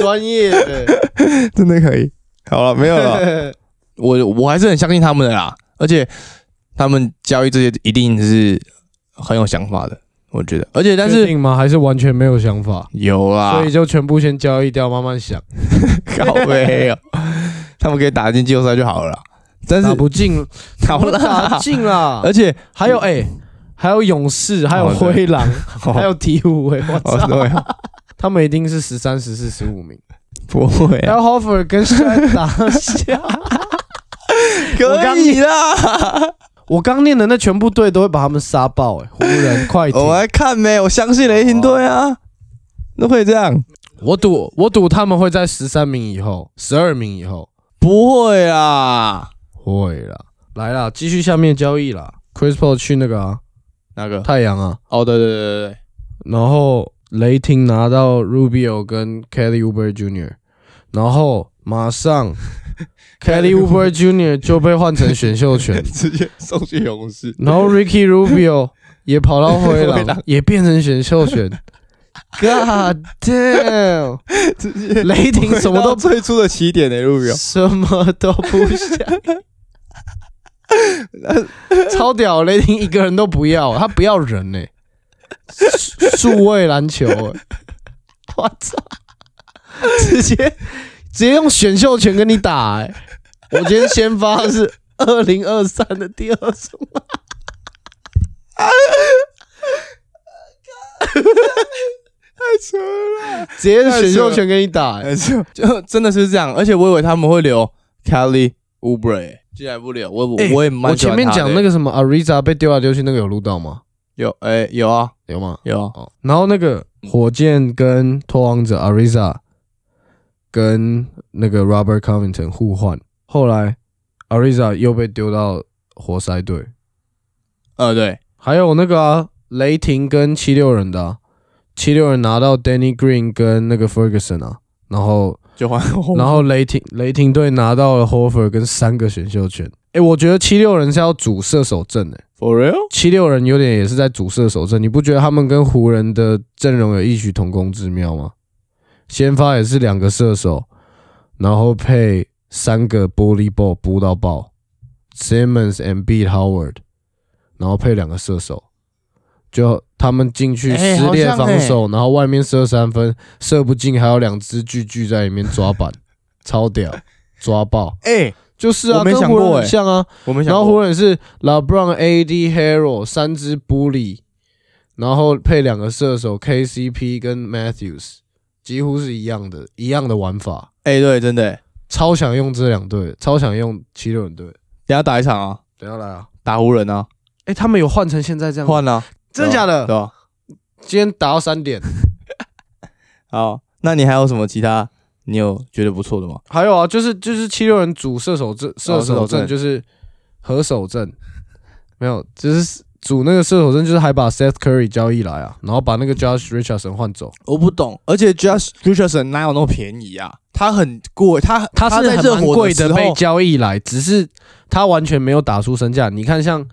Speaker 2: 专业的，
Speaker 1: 真的可以。好了，没有 了。我我还是很相信他们的啦，而且他们交易这些一定是很有想法的，我觉得。而且但
Speaker 2: 确
Speaker 1: 是
Speaker 2: 定吗？还是啊完全没有想法，
Speaker 1: 有啊啦
Speaker 2: 所，以就全部先交易掉，慢慢想，
Speaker 1: 靠背哦， 他们可以打进季后赛就好了啦。但是
Speaker 2: 打 不进，
Speaker 1: 好
Speaker 2: 不打
Speaker 1: 啦，
Speaker 2: 进 啦，
Speaker 1: 而且
Speaker 2: 还有哎，还有勇士，还有灰狼，还有鹈鹕，哎，我
Speaker 1: 哦
Speaker 2: 操，
Speaker 1: 对啊，
Speaker 2: 他们一定是十三、十四、十五名。
Speaker 1: 不会啊，
Speaker 2: L Hofer 跟山打下。我刚
Speaker 1: 可以 啦，
Speaker 2: 我刚念的那全部队都会把他们杀爆、欸，湖人、快艇，
Speaker 1: 我来看没，我相信雷霆队啊，都会这样，
Speaker 2: 我赌我赌他们会在十三名以后、十二名以后
Speaker 1: 不会啊啦，
Speaker 2: 会啦，来啦，继续下面交易啦，Chris Paul 去那个啊
Speaker 1: 那个？
Speaker 2: 太阳啊，
Speaker 1: 哦，对对对对对，
Speaker 2: 然后雷霆拿到 Rubio 跟 Kelly Uber Jr.，然后马上 Kelly Uber Jr. 就被换成选秀权，
Speaker 1: 直接送去勇士，
Speaker 2: 然后 Ricky Rubio 也跑到灰
Speaker 1: 灰
Speaker 2: 狼
Speaker 1: 狼，
Speaker 2: 也变成选秀 权。God damn！
Speaker 1: 直接
Speaker 2: 雷霆什么都
Speaker 1: 回到 最初的起点欸的路标，
Speaker 2: 什么都不 想，超屌！雷霆一个人都不要，他不要人呢、数数位篮球、欸，我操，直接直接用选秀权跟你打、欸，我今天先发是二零二三的第二 顺位。直接选秀权给你打、欸，
Speaker 1: 就就真的是这样。而且我以为他们会留 Kelly Oubre，竟然不留。我我、
Speaker 2: 欸
Speaker 1: 我也
Speaker 2: 我
Speaker 1: 蛮喜
Speaker 2: 前
Speaker 1: 欢
Speaker 2: 面
Speaker 1: 他的
Speaker 2: 讲那个什么 Ariza 被丢来丢去，那个有录到吗？
Speaker 1: 有哎、有啊
Speaker 2: 有吗？
Speaker 1: 有啊，
Speaker 2: 哦，然后那个火箭跟拓王者 Ariza 跟那个 Robert Covington 互换，后来 Ariza 又被丢到活塞队，
Speaker 1: 呃对，
Speaker 2: 还有那个、啊、雷霆跟七六人的、啊，七六人拿到 Danny Green 跟那个 Ferguson 啊，然后
Speaker 1: 就换
Speaker 2: 然后雷霆雷霆队拿到了 Hofer 跟三个选秀权。诶，我觉得七六人是要主射手阵诶、
Speaker 1: For real？
Speaker 2: 七六人有点也是在主射手阵，你不觉得他们跟湖人的阵容有异曲同工之妙吗？先发也是两个射手，然后配三个玻璃 ball 补到爆，Simmons and b Howard，然后配两个射手，就他们进去
Speaker 1: 哎
Speaker 2: 撕裂
Speaker 1: 好像
Speaker 2: 防守，然后外面射三分，射不进，还有两只巨巨在里面抓板，超屌，抓爆，
Speaker 1: 哎、
Speaker 2: 就是啊，
Speaker 1: 我没
Speaker 2: 跟
Speaker 1: 想
Speaker 2: 湖人
Speaker 1: 过
Speaker 2: 很
Speaker 1: 欸
Speaker 2: 像啊。
Speaker 1: 我没想
Speaker 2: 然后湖
Speaker 1: 过。
Speaker 2: 人是 LeBron、AD、Hero 三支 Bully，然后配两个射手 KCP 跟 Matthews，几乎是一样的，一样的玩法。
Speaker 1: 哎、对，真的、欸，
Speaker 2: 超想用这两队，超想用七六人队。
Speaker 1: 等一下打一场啊，
Speaker 2: 等一下来啊！
Speaker 1: 打湖人啊，
Speaker 2: 哎、他们有换成现在这样吗？
Speaker 1: 换啊，
Speaker 2: 真的假的？
Speaker 1: 对吧？
Speaker 2: 今天打到三点。
Speaker 1: 好，那你还有什么其他你有觉得不错的吗？
Speaker 2: 还有啊，就是就是七六人组射手阵，哦射
Speaker 1: 射手
Speaker 2: 手阵
Speaker 1: 阵
Speaker 2: 就是合手阵，没有，只是组那个射手阵，就是还把 Seth Curry 交易来啊，然后把那个 Josh Richardson 换走。
Speaker 1: 我不懂，而且 Josh Richardson 哪有那么便宜啊？他很贵，他
Speaker 2: 是
Speaker 1: 在热
Speaker 2: 很
Speaker 1: 火
Speaker 2: 贵
Speaker 1: 时
Speaker 2: 被
Speaker 1: 候，
Speaker 2: 交易来，只是他完全没有打出身价。你看像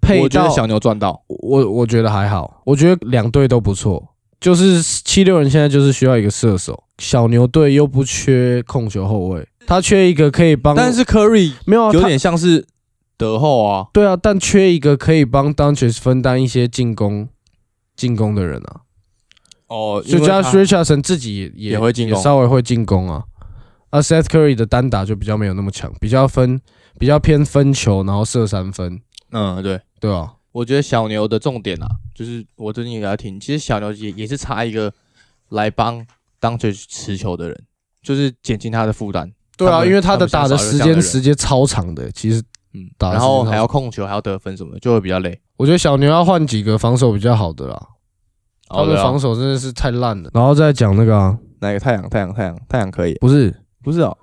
Speaker 2: 配
Speaker 1: 我觉
Speaker 2: 到
Speaker 1: 得小牛赚到。
Speaker 2: 我我觉得还好，我觉得两队都不错。就是七六人现在就是需要一个射手，小牛队又不缺控球后卫，他缺一个可以帮，
Speaker 1: 但是 Curry
Speaker 2: 没有啊
Speaker 1: 有
Speaker 2: 他
Speaker 1: 点像是德后啊，
Speaker 2: 对啊，但缺一个可以帮 d u n c h e s 分担一些进攻进攻的人啊。
Speaker 1: 哦，
Speaker 2: 所
Speaker 1: 因
Speaker 2: 以
Speaker 1: 为他
Speaker 2: Josh Richardson 自己也也
Speaker 1: 也会进攻
Speaker 2: 也稍微会进攻啊。啊，Seth Curry 的单打就比较没有那么强，比较分比较偏分球，然后射三分，
Speaker 1: 嗯，对，
Speaker 2: 对吧、
Speaker 1: 我觉得小牛的重点啊，就是我最近也给他听，其实小牛也也是差一个来帮当球持球的人，就是减轻他的负担，
Speaker 2: 对
Speaker 1: 他
Speaker 2: 啊，
Speaker 1: 们
Speaker 2: 因为他的
Speaker 1: 他
Speaker 2: 打
Speaker 1: 们
Speaker 2: 的
Speaker 1: 想少一个
Speaker 2: 时
Speaker 1: 这样的
Speaker 2: 间
Speaker 1: 人
Speaker 2: 时间超长的，其实
Speaker 1: 嗯，
Speaker 2: 打得
Speaker 1: 然后
Speaker 2: 是
Speaker 1: 还要控球，还要得分什么的，就会比较累。
Speaker 2: 我觉得小牛要换几个防守比较好的啦，他们
Speaker 1: 对啊
Speaker 2: 防守真的是太烂了。哦然后再讲那个啊，
Speaker 1: 哪个太阳？太阳？太阳？太阳可以？
Speaker 2: 不是
Speaker 1: 不是哦，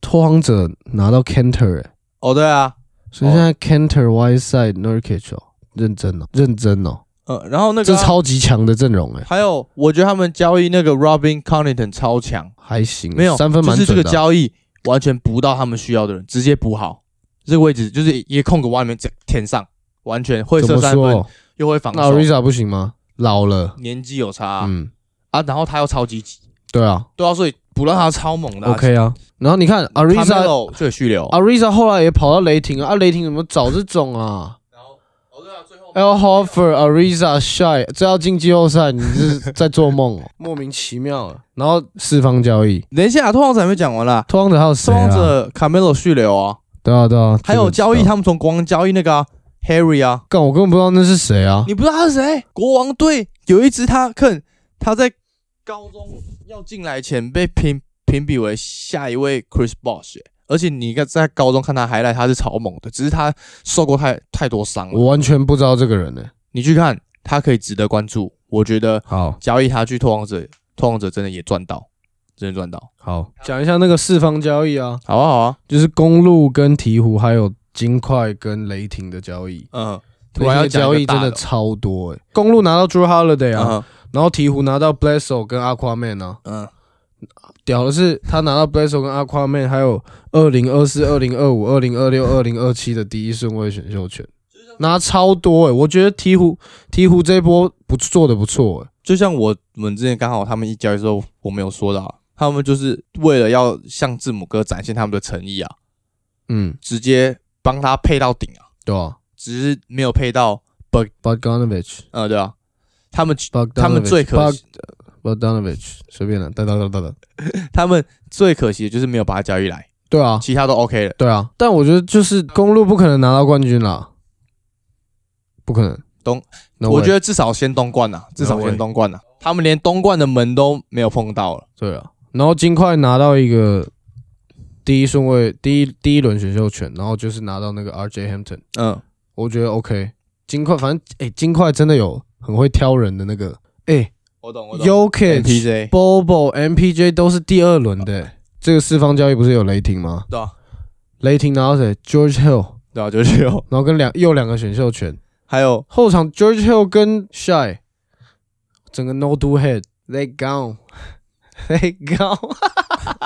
Speaker 2: 拓荒者拿到 Cantor，、欸、
Speaker 1: 哦对啊，
Speaker 2: 所以现在 Cantor、Whiteside、Nurkic 哦，认真哦，认真哦，
Speaker 1: 呃，然后那个
Speaker 2: 这
Speaker 1: 啊、
Speaker 2: 超级强的阵容哎、
Speaker 1: 还有，我觉得他们交易那个 Robin Connaughton 超强，
Speaker 2: 还行，
Speaker 1: 没有
Speaker 2: 嗯三分
Speaker 1: 就
Speaker 2: 蛮
Speaker 1: 是这
Speaker 2: 准
Speaker 1: 个
Speaker 2: 的啊、
Speaker 1: 交易完全补到他们需要的人，直接补好这个位置，就是一个空格往里面整填上，完全会
Speaker 2: 怎
Speaker 1: 射
Speaker 2: 么
Speaker 1: 三分，
Speaker 2: 说？
Speaker 1: 又会防
Speaker 2: 那
Speaker 1: 守，
Speaker 2: Risa 不行吗？老了，
Speaker 1: 年纪有差啊,、
Speaker 2: 嗯，
Speaker 1: 啊然后他又超积极，
Speaker 2: 对啊
Speaker 1: 对啊，所以补到他超猛的啊、
Speaker 2: ，OK 啊。然后你看
Speaker 1: c a
Speaker 2: Ariza
Speaker 1: m e l 就有续留，
Speaker 2: Ariza 后来也跑到雷霆啊，啊雷霆怎么找这种啊？L
Speaker 1: 呃
Speaker 2: Hoffer、Ariza、Shy，这要进季后赛，你是 在做梦哦，莫名其妙啊。然后四方交易，
Speaker 1: 等一下，拓荒者还没讲完啦，
Speaker 2: 拓荒者还有谁
Speaker 1: 拓
Speaker 2: 啊？
Speaker 1: 荒者 Camelo 续留啊，
Speaker 2: 对啊对啊，
Speaker 1: 还有交易，
Speaker 2: 这个知道，
Speaker 1: 他们从国王交易那个、啊、Harry 啊，
Speaker 2: 干我根本不知道那是谁啊。
Speaker 1: 你不知道他是谁？国王队有一支他看他在高中要进来前被评评比为下一位 Chris Bosh，、欸、而且你看在高中看他还来他是超猛的，只是他受过太太多伤了。
Speaker 2: 我完全不知道这个人呢、
Speaker 1: 你去看他可以值得关注，我觉得
Speaker 2: 好
Speaker 1: 交易他去拓荒者，拓荒者真的也赚到，真的赚到，
Speaker 2: 好讲一下那个四方交易啊，
Speaker 1: 好啊好啊，
Speaker 2: 就是公路跟鹈鹕还有金块跟雷霆的交易。
Speaker 1: 嗯，突然要
Speaker 2: 那些交易真的
Speaker 1: 讲一个
Speaker 2: 超多诶、欸公路拿到 Drew Holiday
Speaker 1: 大
Speaker 2: 啊，
Speaker 1: 的
Speaker 2: 然后鹈鹕拿到 Blesso 跟 Aquaman 啊，
Speaker 1: 嗯嗯，
Speaker 2: 屌的是，他拿到 Blesso 跟 Aquaman，还有二零二四、二零二五、二零二六、二零二七的第一顺位选秀权，拿超多欸诶、我觉得鹈鹕鹈鹕这一波不做的不错诶、欸
Speaker 1: 就像我们之前刚好他们一交易之后，我们有说到啊、他们就是为了要向字母哥展现他们的诚意啊，
Speaker 2: 嗯，
Speaker 1: 直接帮他配到顶啊，
Speaker 2: 对啊
Speaker 1: 只是没有配到，
Speaker 2: ，Bogdanovich，
Speaker 1: 呃，对啊，他们
Speaker 2: Bogdanovich，
Speaker 1: 他们最可惜
Speaker 2: Bog- Bogdanovich，随便了，哒哒哒哒哒，
Speaker 1: 他们最可惜的就是没有把他交易来，
Speaker 2: 对啊，
Speaker 1: 其他都 OK 了，
Speaker 2: 对啊，但我觉得就是公路不可能拿到冠军啦，不可能。
Speaker 1: 东，
Speaker 2: 那
Speaker 1: 我觉
Speaker 2: 得
Speaker 1: 得至少先东冠啊，至少
Speaker 2: No
Speaker 1: 先
Speaker 2: way
Speaker 1: 东冠啊，他们连东冠的门都没有碰到了，
Speaker 2: 对啊。然后金块拿到一个第一顺位，第一第一轮选秀权，然后就是拿到那个 R.J. Hampton，
Speaker 1: 嗯，
Speaker 2: 我觉得 OK。金块反正哎、金块真的有很会挑人的那个哎、
Speaker 1: 我懂
Speaker 2: y o k i c
Speaker 1: ，PJ，
Speaker 2: Bobo、MPJ 都是第二轮的、这个四方交易不是有雷霆吗？
Speaker 1: 哦对啊，
Speaker 2: 雷霆拿到谁？George Hill，
Speaker 1: 对啊，就是有，
Speaker 2: 然后跟两又两个选秀权，
Speaker 1: 还有
Speaker 2: 后场 George Hill 跟 Shy，整个 No Do Head，They gone，They gone。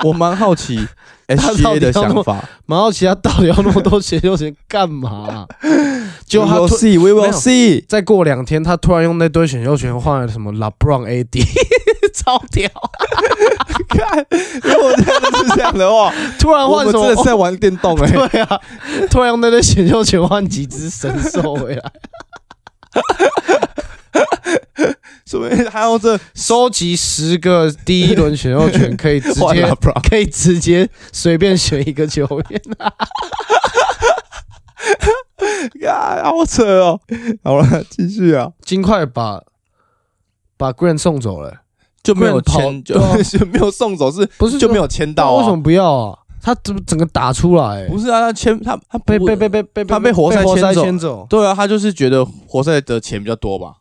Speaker 1: 我蛮好奇
Speaker 2: 他
Speaker 1: SGA
Speaker 2: 到底
Speaker 1: 的
Speaker 2: 要那
Speaker 1: 想
Speaker 2: 么
Speaker 1: 法，
Speaker 2: 马奥奇他到底要那么多选秀权干嘛 啊、就他
Speaker 1: We will
Speaker 2: 突
Speaker 1: see，We
Speaker 2: 没
Speaker 1: will
Speaker 2: 有
Speaker 1: see，
Speaker 2: 再过两天，他突然用那堆选秀权换了什么 LeBron AD，超屌！
Speaker 1: 看，如果真的是这样的 话，
Speaker 2: 突然
Speaker 1: 我
Speaker 2: 换
Speaker 1: 们
Speaker 2: 什
Speaker 1: 真的是
Speaker 2: 么？
Speaker 1: 在玩电动哎、
Speaker 2: 对啊，突然用那堆选 秀权换几只神兽回来，
Speaker 1: 说明还有 这
Speaker 2: 收集十个第一轮选秀权，可以直
Speaker 1: 换
Speaker 2: 接
Speaker 1: LeBron
Speaker 2: 可以直接随便选一个球员。
Speaker 1: 啊，好扯哦。好了，继续啊，
Speaker 2: 金块把把 Grant 送走了，
Speaker 1: 就没有
Speaker 2: Grant 跑
Speaker 1: 签，就
Speaker 2: 对啊
Speaker 1: 就没有送走，是
Speaker 2: 不是
Speaker 1: 就没有签到
Speaker 2: 那为什
Speaker 1: 啊
Speaker 2: 么？不要啊？他怎么整个打出来？欸
Speaker 1: 不是啊，他签他他
Speaker 2: 被
Speaker 1: 不
Speaker 2: 被被被被
Speaker 1: 他被活塞
Speaker 2: 活
Speaker 1: 牵走
Speaker 2: 牵走，
Speaker 1: 对啊，他就是觉得活塞的钱比较多吧。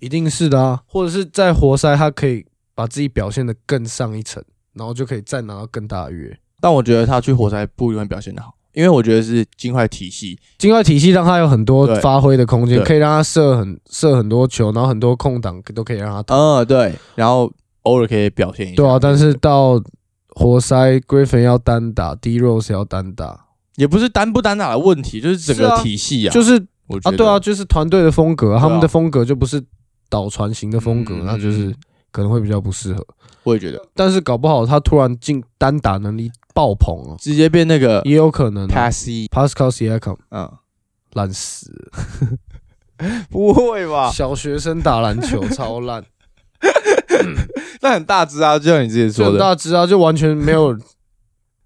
Speaker 2: 一定是的啊。或者是在活塞，他可以把自己表现的更上一层，然后就可以再拿到更大的约。
Speaker 1: 但我觉得他去活塞不一定会表现的好，因为我觉得是金块体系，
Speaker 2: 金块体系让他有很多
Speaker 1: 对
Speaker 2: 发挥的空间，
Speaker 1: 对
Speaker 2: 可以让他射很射很多球，然后很多空档都可以让他打。
Speaker 1: 嗯，对，然后偶尔可以表现一下，
Speaker 2: 对啊，但是到活塞，Griffin 要单打，D Rose 要单打，
Speaker 1: 也不是单不单打的问题，就是整
Speaker 2: 是
Speaker 1: 个
Speaker 2: 啊
Speaker 1: 体系啊，
Speaker 2: 就是
Speaker 1: 我觉
Speaker 2: 啊，
Speaker 1: 得
Speaker 2: 对啊，，就是团队的风格
Speaker 1: 对
Speaker 2: 啊，
Speaker 1: 啊
Speaker 2: 他们的风格就不是导传型的风格，
Speaker 1: 嗯
Speaker 2: 那就是可能会比较不适合。
Speaker 1: 我也觉得
Speaker 2: 但是搞不好他突然进单打能力爆棚哦，
Speaker 1: 直接变那个
Speaker 2: 也有可能、啊。
Speaker 1: passy，
Speaker 2: Pascal Siakam
Speaker 1: 嗯，
Speaker 2: 烂死了，
Speaker 1: 不会吧？
Speaker 2: 小学生打篮球 超烂，
Speaker 1: 那很大只啊，就像你之前
Speaker 2: 就
Speaker 1: 说
Speaker 2: 很
Speaker 1: 的，
Speaker 2: 大只啊，就完全没有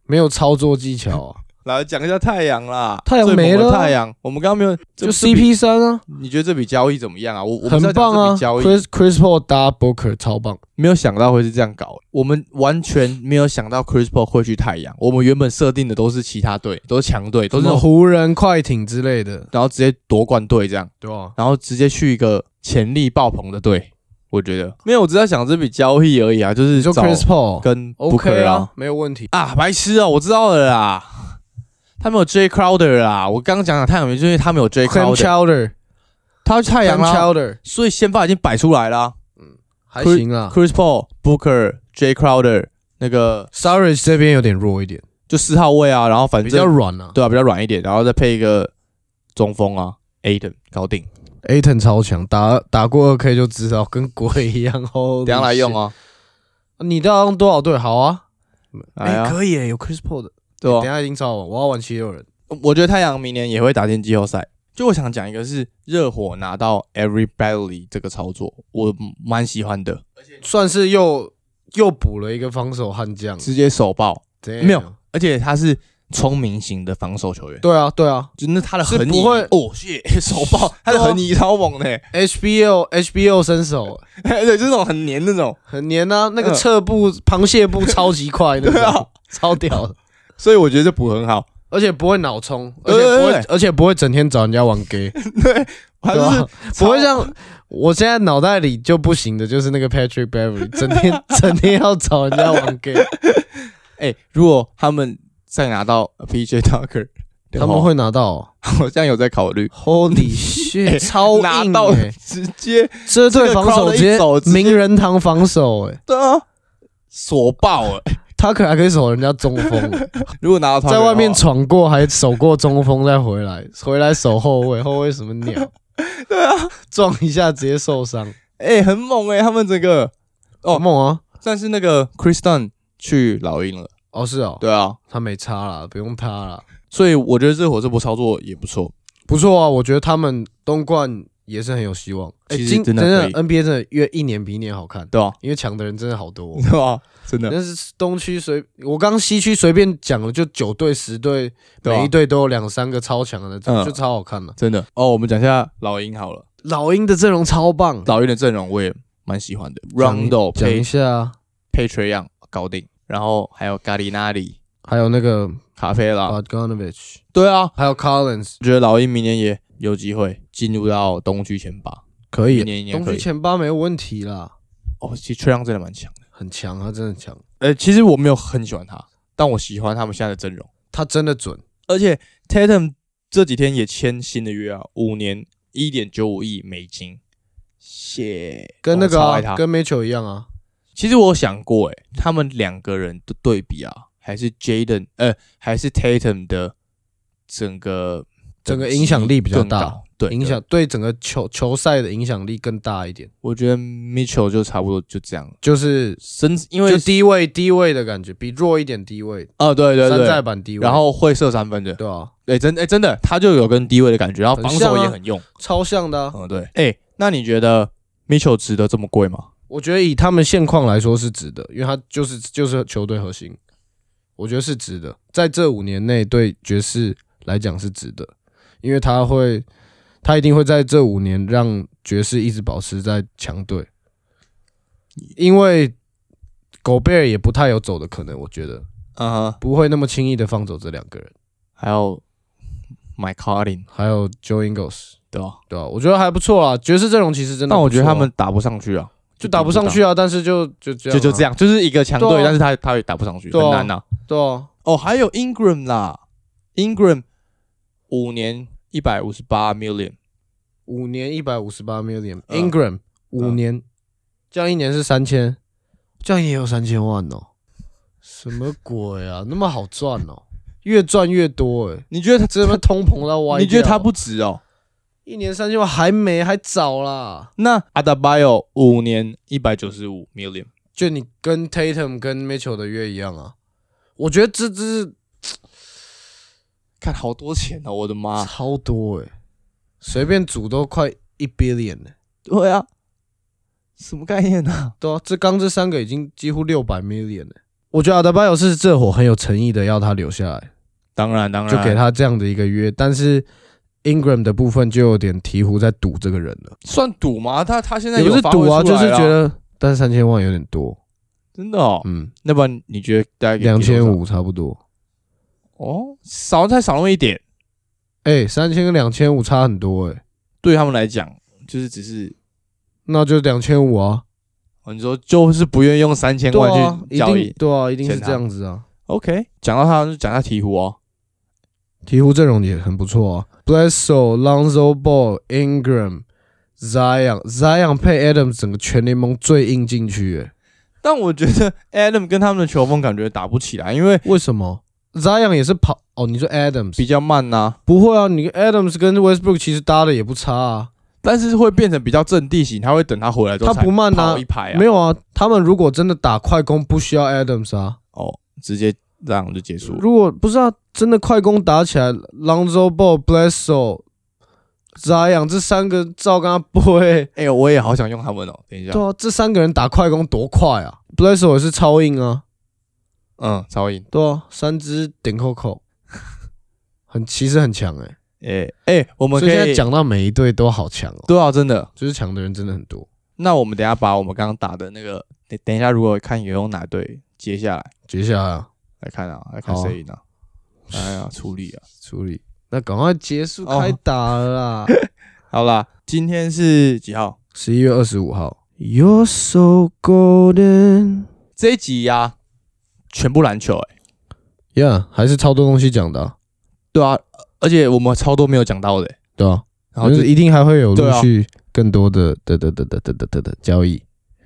Speaker 2: 没有操作技巧啊，
Speaker 1: 来讲一下太阳啦，
Speaker 2: 太阳
Speaker 1: 最猛的
Speaker 2: 没了啊
Speaker 1: 太阳，我们刚刚没有，
Speaker 2: 就
Speaker 1: 这这笔
Speaker 2: CP 三啊，
Speaker 1: 你觉得这笔交易怎么样啊？我我们
Speaker 2: 很
Speaker 1: 是要讲
Speaker 2: 棒
Speaker 1: 这
Speaker 2: 啊
Speaker 1: 笔交易
Speaker 2: ，Chris Chris Paul 搭 Booker 超棒，
Speaker 1: 没有想到会是这样搞，我们完全没有想到 Chris Paul 会去太阳。我们原本设定的都是其他队，都是强队，都是
Speaker 2: 什
Speaker 1: 那
Speaker 2: 么
Speaker 1: 种，
Speaker 2: 湖人、快艇之类的，
Speaker 1: 然后直接夺冠队这样，
Speaker 2: 对吧？
Speaker 1: 然后直接去一个潜力爆棚的队。我觉得没有，我只在想这笔交易而已啊，就是
Speaker 2: 你说
Speaker 1: 找
Speaker 2: Chris Paul
Speaker 1: 跟
Speaker 2: OK
Speaker 1: Booker
Speaker 2: 啊，没有问题。
Speaker 1: 啊啊，白痴哦，我知道了啦，他们有 J Crowder 啦，我刚刚讲讲太阳，就是因为他们有 J
Speaker 2: Cam
Speaker 1: Crowder，
Speaker 2: Chowder，
Speaker 1: 他太阳
Speaker 2: Cam
Speaker 1: 啦，
Speaker 2: Chowder
Speaker 1: 所以先发已经摆出来啦
Speaker 2: 还行啊。
Speaker 1: ，Chris Paul、Booker、J Crowder 那个
Speaker 2: Sarge 这边有点弱一点，
Speaker 1: 就四号位啊，然后反
Speaker 2: 比
Speaker 1: 正
Speaker 2: 较软啊。
Speaker 1: 对啊，比较软一点，然后再配一个中锋啊，Aden 搞定，
Speaker 2: Aton 超强，打打过二 K 就知道，跟鬼一样哦。
Speaker 1: 等一下来用
Speaker 2: 啊！
Speaker 1: 啊，
Speaker 2: 你都要用多少队？好啊，
Speaker 1: 来啊，
Speaker 2: 可以耶，有 Chris Paul 的。
Speaker 1: 对啊
Speaker 2: 等一
Speaker 1: 吧、
Speaker 2: 下已经超完，我要玩七六人。
Speaker 1: 我觉得太阳明年也会打进季后赛。就我想讲一个是热火拿到 Every Bradley 这个操作，我蛮喜欢的，
Speaker 2: 算是又又补了一个防守悍将，
Speaker 1: 直接手爆，
Speaker 2: Damn
Speaker 1: 没有？而且他是聪明型的防守球员，
Speaker 2: 对啊，对啊
Speaker 1: 就那他的
Speaker 2: 是
Speaker 1: 横
Speaker 2: 不
Speaker 1: 移
Speaker 2: 会啊
Speaker 1: 哦，谢 手爆，他的横移超猛的、 欸，
Speaker 2: ，HBO HBO 身手
Speaker 1: 对，就是那种很黏那种，
Speaker 2: 很 黏啊，那个
Speaker 1: 嗯
Speaker 2: 侧步、螃蟹步超级快，那
Speaker 1: 对
Speaker 2: 个
Speaker 1: 啊
Speaker 2: 超屌的，
Speaker 1: 所以我觉得这补很好，
Speaker 2: 而且不会脑冲，而
Speaker 1: 对
Speaker 2: 且不
Speaker 1: 对
Speaker 2: 会
Speaker 1: 对，
Speaker 2: 而且不会整天找人家玩 gay。
Speaker 1: 他
Speaker 2: 对啊
Speaker 1: 就是
Speaker 2: 吧？不会
Speaker 1: 超
Speaker 2: 像我现在脑袋里就不行的，就是那个 Patrick Beverly，整天 整天要找人家玩 gay，
Speaker 1: 哎、如果他们再拿到 PJ Tucker，
Speaker 2: 他 们会拿到哦
Speaker 1: 好像有在考虑
Speaker 2: Holy shit，超
Speaker 1: 拿
Speaker 2: 硬
Speaker 1: 到
Speaker 2: 欸
Speaker 1: 直接
Speaker 2: 哎这对
Speaker 1: 这个
Speaker 2: 防守
Speaker 1: crowd
Speaker 2: 直
Speaker 1: 一
Speaker 2: 接
Speaker 1: 走直接
Speaker 2: 名人堂防守哎，
Speaker 1: 的啊锁爆哎、
Speaker 2: 他可还可以守人家中 锋，
Speaker 1: 如果拿到 Tucker
Speaker 2: 在外面
Speaker 1: 的话
Speaker 2: 闯过还守过中锋，再回来回来守后卫，后卫什么 鸟？对啊，撞一下直接受伤，
Speaker 1: 哎、很猛哎、他们这个哦
Speaker 2: 好猛啊！
Speaker 1: 但是那个 Chris Dunn 去老鹰了，
Speaker 2: 哦是哦，
Speaker 1: 对啊，
Speaker 2: 他没差啦，不用他啦。
Speaker 1: 所以我觉得这火这波操作也不错，
Speaker 2: 不错啊，我觉得他们东冠也是很有希望。哎
Speaker 1: 其实
Speaker 2: 今
Speaker 1: 真的可以
Speaker 2: NBA 真的越一年比一年好看，
Speaker 1: 对吧、
Speaker 2: 因为强的人真的好多、
Speaker 1: 对吧、真 的，
Speaker 2: 但是东区随我刚西区随便讲了，就九队十队，
Speaker 1: 对啊
Speaker 2: 每一队都有两三个超强的，就
Speaker 1: 嗯
Speaker 2: 就超好看了。
Speaker 1: 真的哦。我们讲一下老鹰好了，
Speaker 2: 老鹰的阵容超棒
Speaker 1: 老鹰的阵容我也蛮喜欢的
Speaker 2: 讲
Speaker 1: ，Rondo
Speaker 2: 讲一
Speaker 1: 配
Speaker 2: 下啊，
Speaker 1: 配 Trey Young 搞定，然后还有咖喱那里
Speaker 2: 还有那个
Speaker 1: 卡菲拉，
Speaker 2: Bogdanovich，
Speaker 1: 对啊，
Speaker 2: 还有 Collins，
Speaker 1: 我觉得老鹰明年也有机会进入到东区前八，
Speaker 2: 可
Speaker 1: 明年应该
Speaker 2: 东
Speaker 1: 可
Speaker 2: 区
Speaker 1: 以。
Speaker 2: 前八没有问题啦，
Speaker 1: 哦，其实崔亮真的蛮强的。
Speaker 2: 很强啊，真的很强，
Speaker 1: 呃，其实我没有很喜欢他，但我喜欢他们现在的阵容。
Speaker 2: 他真的准。
Speaker 1: 而且 Tatum 这几天也签新的约啊，五年一点九五亿美金，谢。
Speaker 2: 跟那个、
Speaker 1: 哦我超爱
Speaker 2: 啊、
Speaker 1: 他。
Speaker 2: 跟 Mitchell 一样啊，
Speaker 1: 其实我有想过、欸，他们两个人的对比啊，还是 Jaden 呃，还是 Tatum 的整个
Speaker 2: 整个影响力比较大
Speaker 1: 更高，对，
Speaker 2: 影响对整个球球赛的影响力更大一点，
Speaker 1: 我觉得 Mitchell 就差不多就这样了，
Speaker 2: 就是
Speaker 1: 身因为
Speaker 2: 就低位低位的感觉，比弱一点低位，
Speaker 1: 啊，对对
Speaker 2: 山
Speaker 1: 对，
Speaker 2: 寨版低位，
Speaker 1: 然后会射三分的，
Speaker 2: 对啊，
Speaker 1: 哎、真哎、真的，他就有跟低位的感觉，然后
Speaker 2: 很
Speaker 1: 防
Speaker 2: 像
Speaker 1: 守
Speaker 2: 啊
Speaker 1: 也很用，
Speaker 2: 超像的啊、
Speaker 1: 嗯对，哎、那你觉得 Mitchell 值得这么贵吗？
Speaker 2: 我觉得以他们现况来说是值得，因为他就是就是球队核心，我觉得是值得。在这五年内对爵士来讲是值得，因为他会，他一定会在这五年让爵士一直保持在强队，因为狗贝尔也不太有走的可能，我觉得
Speaker 1: 嗯哼，
Speaker 2: 不会那么轻易的放走这两个人，
Speaker 1: 还有 My Collin
Speaker 2: 还有 Joe Ingles，
Speaker 1: 对吧？
Speaker 2: 对吧、我觉得还不错啊，爵士阵容其实真的不错啊，
Speaker 1: 但我觉得他们打不上去啊，
Speaker 2: 就打不上去啊，但是就就
Speaker 1: 就
Speaker 2: 这
Speaker 1: 不知道，就
Speaker 2: 样、
Speaker 1: 就这
Speaker 2: 样，
Speaker 1: 样，就是一个强队
Speaker 2: 对，啊
Speaker 1: 但是他他也打不上去，
Speaker 2: 对
Speaker 1: 很
Speaker 2: 啊
Speaker 1: 难呐。
Speaker 2: 对啊。
Speaker 1: 哦，还有 Ingram 啦，Ingram 五年一百五十八 million，
Speaker 2: 五年一百五十八 million。
Speaker 1: 嗯
Speaker 2: Ingram 五年，这样一年是三千，这样也有三千万哦。什么鬼啊？那么好赚哦， 越赚越多哎、
Speaker 1: 你觉得
Speaker 2: 这他妈
Speaker 1: 他？
Speaker 2: 通膨到歪掉
Speaker 1: 你觉得他不值哦？
Speaker 2: 一年三千万还没还早啦？
Speaker 1: 那 Adabayo 五年一百九十五 million，
Speaker 2: 就你跟 Tatum 跟 Mitchell 的约一样啊？我觉得这这是
Speaker 1: 看好多钱哦，我的妈！
Speaker 2: 超多哎、随便组都快一 billion 呢、
Speaker 1: 对啊，什么概念啊？
Speaker 2: 对啊，这刚这三个已经几乎六百 million 欸了。我觉得阿德巴约是这伙很有诚意的，要他留下来，
Speaker 1: 当然当然，
Speaker 2: 就给他这样的一个约。但是 Ingram 的部分就有点鹈鹕在赌这个人了，
Speaker 1: 算赌吗？他他现在
Speaker 2: 也不
Speaker 1: 有
Speaker 2: 是
Speaker 1: 发挥
Speaker 2: 赌啊，
Speaker 1: 出
Speaker 2: 就
Speaker 1: 来
Speaker 2: 是
Speaker 1: 啦
Speaker 2: 觉得，但是三千万有点多，
Speaker 1: 真的哦。
Speaker 2: 嗯，
Speaker 1: 那不然你觉得大概给
Speaker 2: 两千
Speaker 1: 多少
Speaker 2: 五差不多。
Speaker 1: 哦，少太少那么一点，
Speaker 2: 哎，三千跟两千五差很多哎、
Speaker 1: 对他们来讲就是只是
Speaker 2: 那就两千五啊，
Speaker 1: 哦你说就是不愿意用三千
Speaker 2: 对啊
Speaker 1: 万，去
Speaker 2: 一
Speaker 1: 交易
Speaker 2: 定。对啊，一定是
Speaker 1: 钱啊
Speaker 2: 这样子啊。
Speaker 1: OK，讲到他就讲他鹈鹕哦，
Speaker 2: 鹈鹕阵容也很不错啊 b l e s s o Lonzo Ball、Ingram、Zion、Zion 配 Adams，整个全联盟最硬禁区、欸，
Speaker 1: 但我觉得 Adam 跟他们的球风感觉打不起来，因为
Speaker 2: 为什么？Zion 也是跑哦，你说 Adams
Speaker 1: 比较慢呐、
Speaker 2: 不会啊？你 Adams 跟 Westbrook 其实搭的也不差啊，
Speaker 1: 但是会变成比较阵地型，他会等他回来之后
Speaker 2: 他不慢啊
Speaker 1: 跑一排啊，
Speaker 2: 没有啊？他们如果真的打快攻，不需要 Adams 啊。
Speaker 1: 哦，直接这样就结束了。
Speaker 2: 如果不是啊，真的快攻打起来，Lonzo Ball、b l e s s o Zion 这三个照跟他播、欸，
Speaker 1: 哎、呦，我也好想用他们哦，等一下
Speaker 2: 对，啊，这三个人打快攻多快啊 b l e s s o 也是超硬啊。
Speaker 1: 嗯，超硬。
Speaker 2: 对啊，三只顶扣扣， 很其实很强哎、欸。
Speaker 1: 哎、哎、我们
Speaker 2: 所以现
Speaker 1: 可
Speaker 2: 在
Speaker 1: 以
Speaker 2: 讲到每一队都好强哦、
Speaker 1: 对啊，真的。
Speaker 2: 就是强的人真的很多。
Speaker 1: 那我们等一下把我们刚刚打的那个，等等一下，如果看有用哪队接下来
Speaker 2: 接下来、啊、
Speaker 1: 来看啊，来看
Speaker 2: 好啊
Speaker 1: 谁赢啊？哎呀，处理啊！
Speaker 2: 处理，那赶快结束
Speaker 1: 哦
Speaker 2: 开打了啦！
Speaker 1: 好啦，今天是几号？
Speaker 2: 十一、月二十五号，You're so golden。
Speaker 1: 这一集呀、全部篮球哎、
Speaker 2: Yeah，还是超多东西讲的啊、
Speaker 1: 对啊，而且我们超多没有讲到的、欸
Speaker 2: 对啊，
Speaker 1: 然后
Speaker 2: 就
Speaker 1: 就是
Speaker 2: 一定还会有
Speaker 1: 对
Speaker 2: 陆
Speaker 1: 啊
Speaker 2: 续更多的的的的的的的的的交易。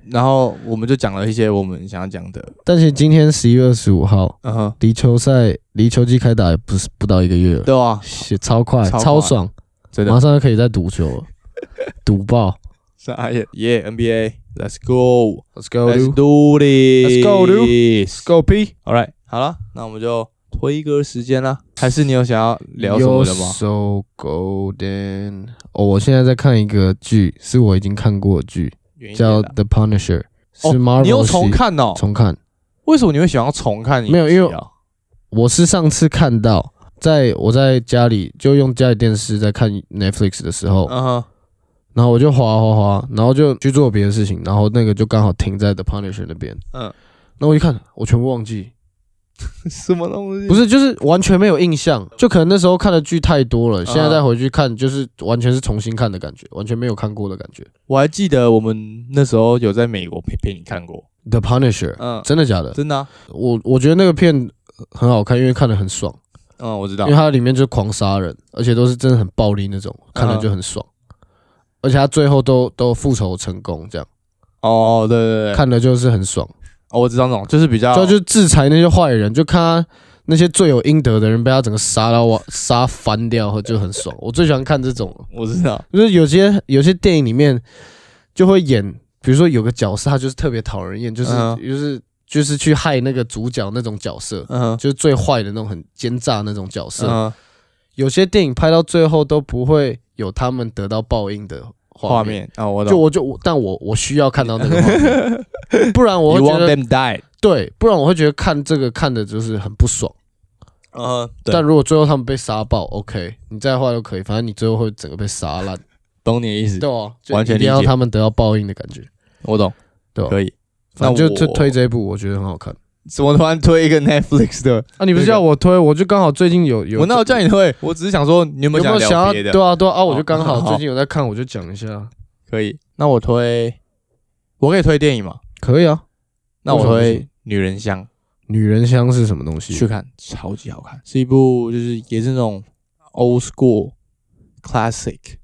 Speaker 1: 然后我们就讲了一些我们想要讲的，
Speaker 2: 但是今天十一月二十五号，
Speaker 1: 嗯哼，
Speaker 2: 离球赛离球季开打也不是不到一个月了，
Speaker 1: 对啊，
Speaker 2: 是超快
Speaker 1: 超快
Speaker 2: 超爽。
Speaker 1: 真的
Speaker 2: 马上就可以在赌球了，赌爆
Speaker 1: 傻眼耶！NBA，Let's go，Let's
Speaker 2: ！Let's go，Let's
Speaker 1: do this，Let's
Speaker 2: go, dude.
Speaker 1: this。
Speaker 2: go P！
Speaker 1: All right，好了，那我们就推歌时间啦。还是你有想要聊什么的吗？
Speaker 2: So golden！哦，我现在在看一个剧，是我已经看过的剧，
Speaker 1: 远一点
Speaker 2: 叫《
Speaker 1: 啦
Speaker 2: The Punisher》，是
Speaker 1: 哦
Speaker 2: Marvel
Speaker 1: 你又
Speaker 2: 系
Speaker 1: 重看哦？
Speaker 2: 重看。
Speaker 1: 为什么你会想要重看影集啊？
Speaker 2: 没有因为我是上次看到，在我在家里就用家里电视在看 Netflix 的时候，
Speaker 1: 嗯 哼，
Speaker 2: 然后我就滑滑滑，然后就去做别的事情，然后那个就刚好停在 The Punisher 那边，
Speaker 1: 嗯，
Speaker 2: 那我一看，我全部忘记，
Speaker 1: 什么东西？
Speaker 2: 不是，就是完全没有印象，就可能那时候看的剧太多
Speaker 1: 嗯
Speaker 2: 了，现在再回去看，就是完全是重新看的感觉，完全没有看过的感觉。
Speaker 1: 我还记得我们那时候有在美国陪陪你看过，
Speaker 2: The Punisher，
Speaker 1: 嗯，
Speaker 2: 真的假的？
Speaker 1: 真的啊，
Speaker 2: 我我觉得那个片很好看，因为看的很爽，
Speaker 1: 嗯，我知
Speaker 2: 因
Speaker 1: 道
Speaker 2: 为，它里面就狂杀人，而且都是真的很暴力那种，
Speaker 1: 嗯
Speaker 2: 看了就很爽。而且他最后都都复仇成功，这样
Speaker 1: 哦，对对对，
Speaker 2: 看的就是很爽。
Speaker 1: 哦，我知道那种，就是比较，
Speaker 2: 就就制裁那些坏人，就看他那些罪有应得的人被他整个杀到哇杀翻掉，就很爽。我最喜欢看这种了。
Speaker 1: 我知道，
Speaker 2: 就是有些有些电影里面就会演，比如说有个角色他就是特别讨人厌，就是、
Speaker 1: 嗯
Speaker 2: 就是就是去害那个主角那种角色，
Speaker 1: 嗯哼
Speaker 2: 就是最坏的那种很奸诈那种角色。
Speaker 1: 嗯哼
Speaker 2: 有些电影拍到最后都不会有他们得到报应的
Speaker 1: 画
Speaker 2: 画面。
Speaker 1: 面啊，我
Speaker 2: 就
Speaker 1: 懂。
Speaker 2: 我就我，但我我需要看到那个画面， 不然我
Speaker 1: You
Speaker 2: 会觉
Speaker 1: want
Speaker 2: 得
Speaker 1: them died？
Speaker 2: 对，不然我会觉得看这个看的就是很不爽。
Speaker 1: 呃，
Speaker 2: 但如果最后他们被杀爆，OK，你再画都可以，反正你最后会整个被杀烂，
Speaker 1: 懂你的意思，
Speaker 2: 对哦，就
Speaker 1: 完全
Speaker 2: 一定
Speaker 1: 理
Speaker 2: 要
Speaker 1: 解
Speaker 2: 他们得到报应的感觉，
Speaker 1: 我懂，
Speaker 2: 对吧？
Speaker 1: 可以。
Speaker 2: 反正就
Speaker 1: 那
Speaker 2: 就
Speaker 1: 我
Speaker 2: 推这一部，我觉得很好看。
Speaker 1: 怎么突然推一个 Netflix 的？
Speaker 2: 啊，你不是
Speaker 1: 这个
Speaker 2: 要我推，我就刚好最近有有
Speaker 1: 我那我叫你推， 我只是想说你有没
Speaker 2: 有没
Speaker 1: 想
Speaker 2: 有想
Speaker 1: 聊
Speaker 2: 要
Speaker 1: 别的？
Speaker 2: 对啊对啊啊，我
Speaker 1: 哦
Speaker 2: 就刚好
Speaker 1: 好
Speaker 2: 最近有在看，我就讲一下，
Speaker 1: 可以。那我推，我可以推电影嘛？
Speaker 2: 可以啊。
Speaker 1: 那我
Speaker 2: 为什么不
Speaker 1: 推
Speaker 2: 行
Speaker 1: 《女人香》
Speaker 2: 女人香是什么东西
Speaker 1: 去？看，超级好看，是一部就是也是那种 old school classic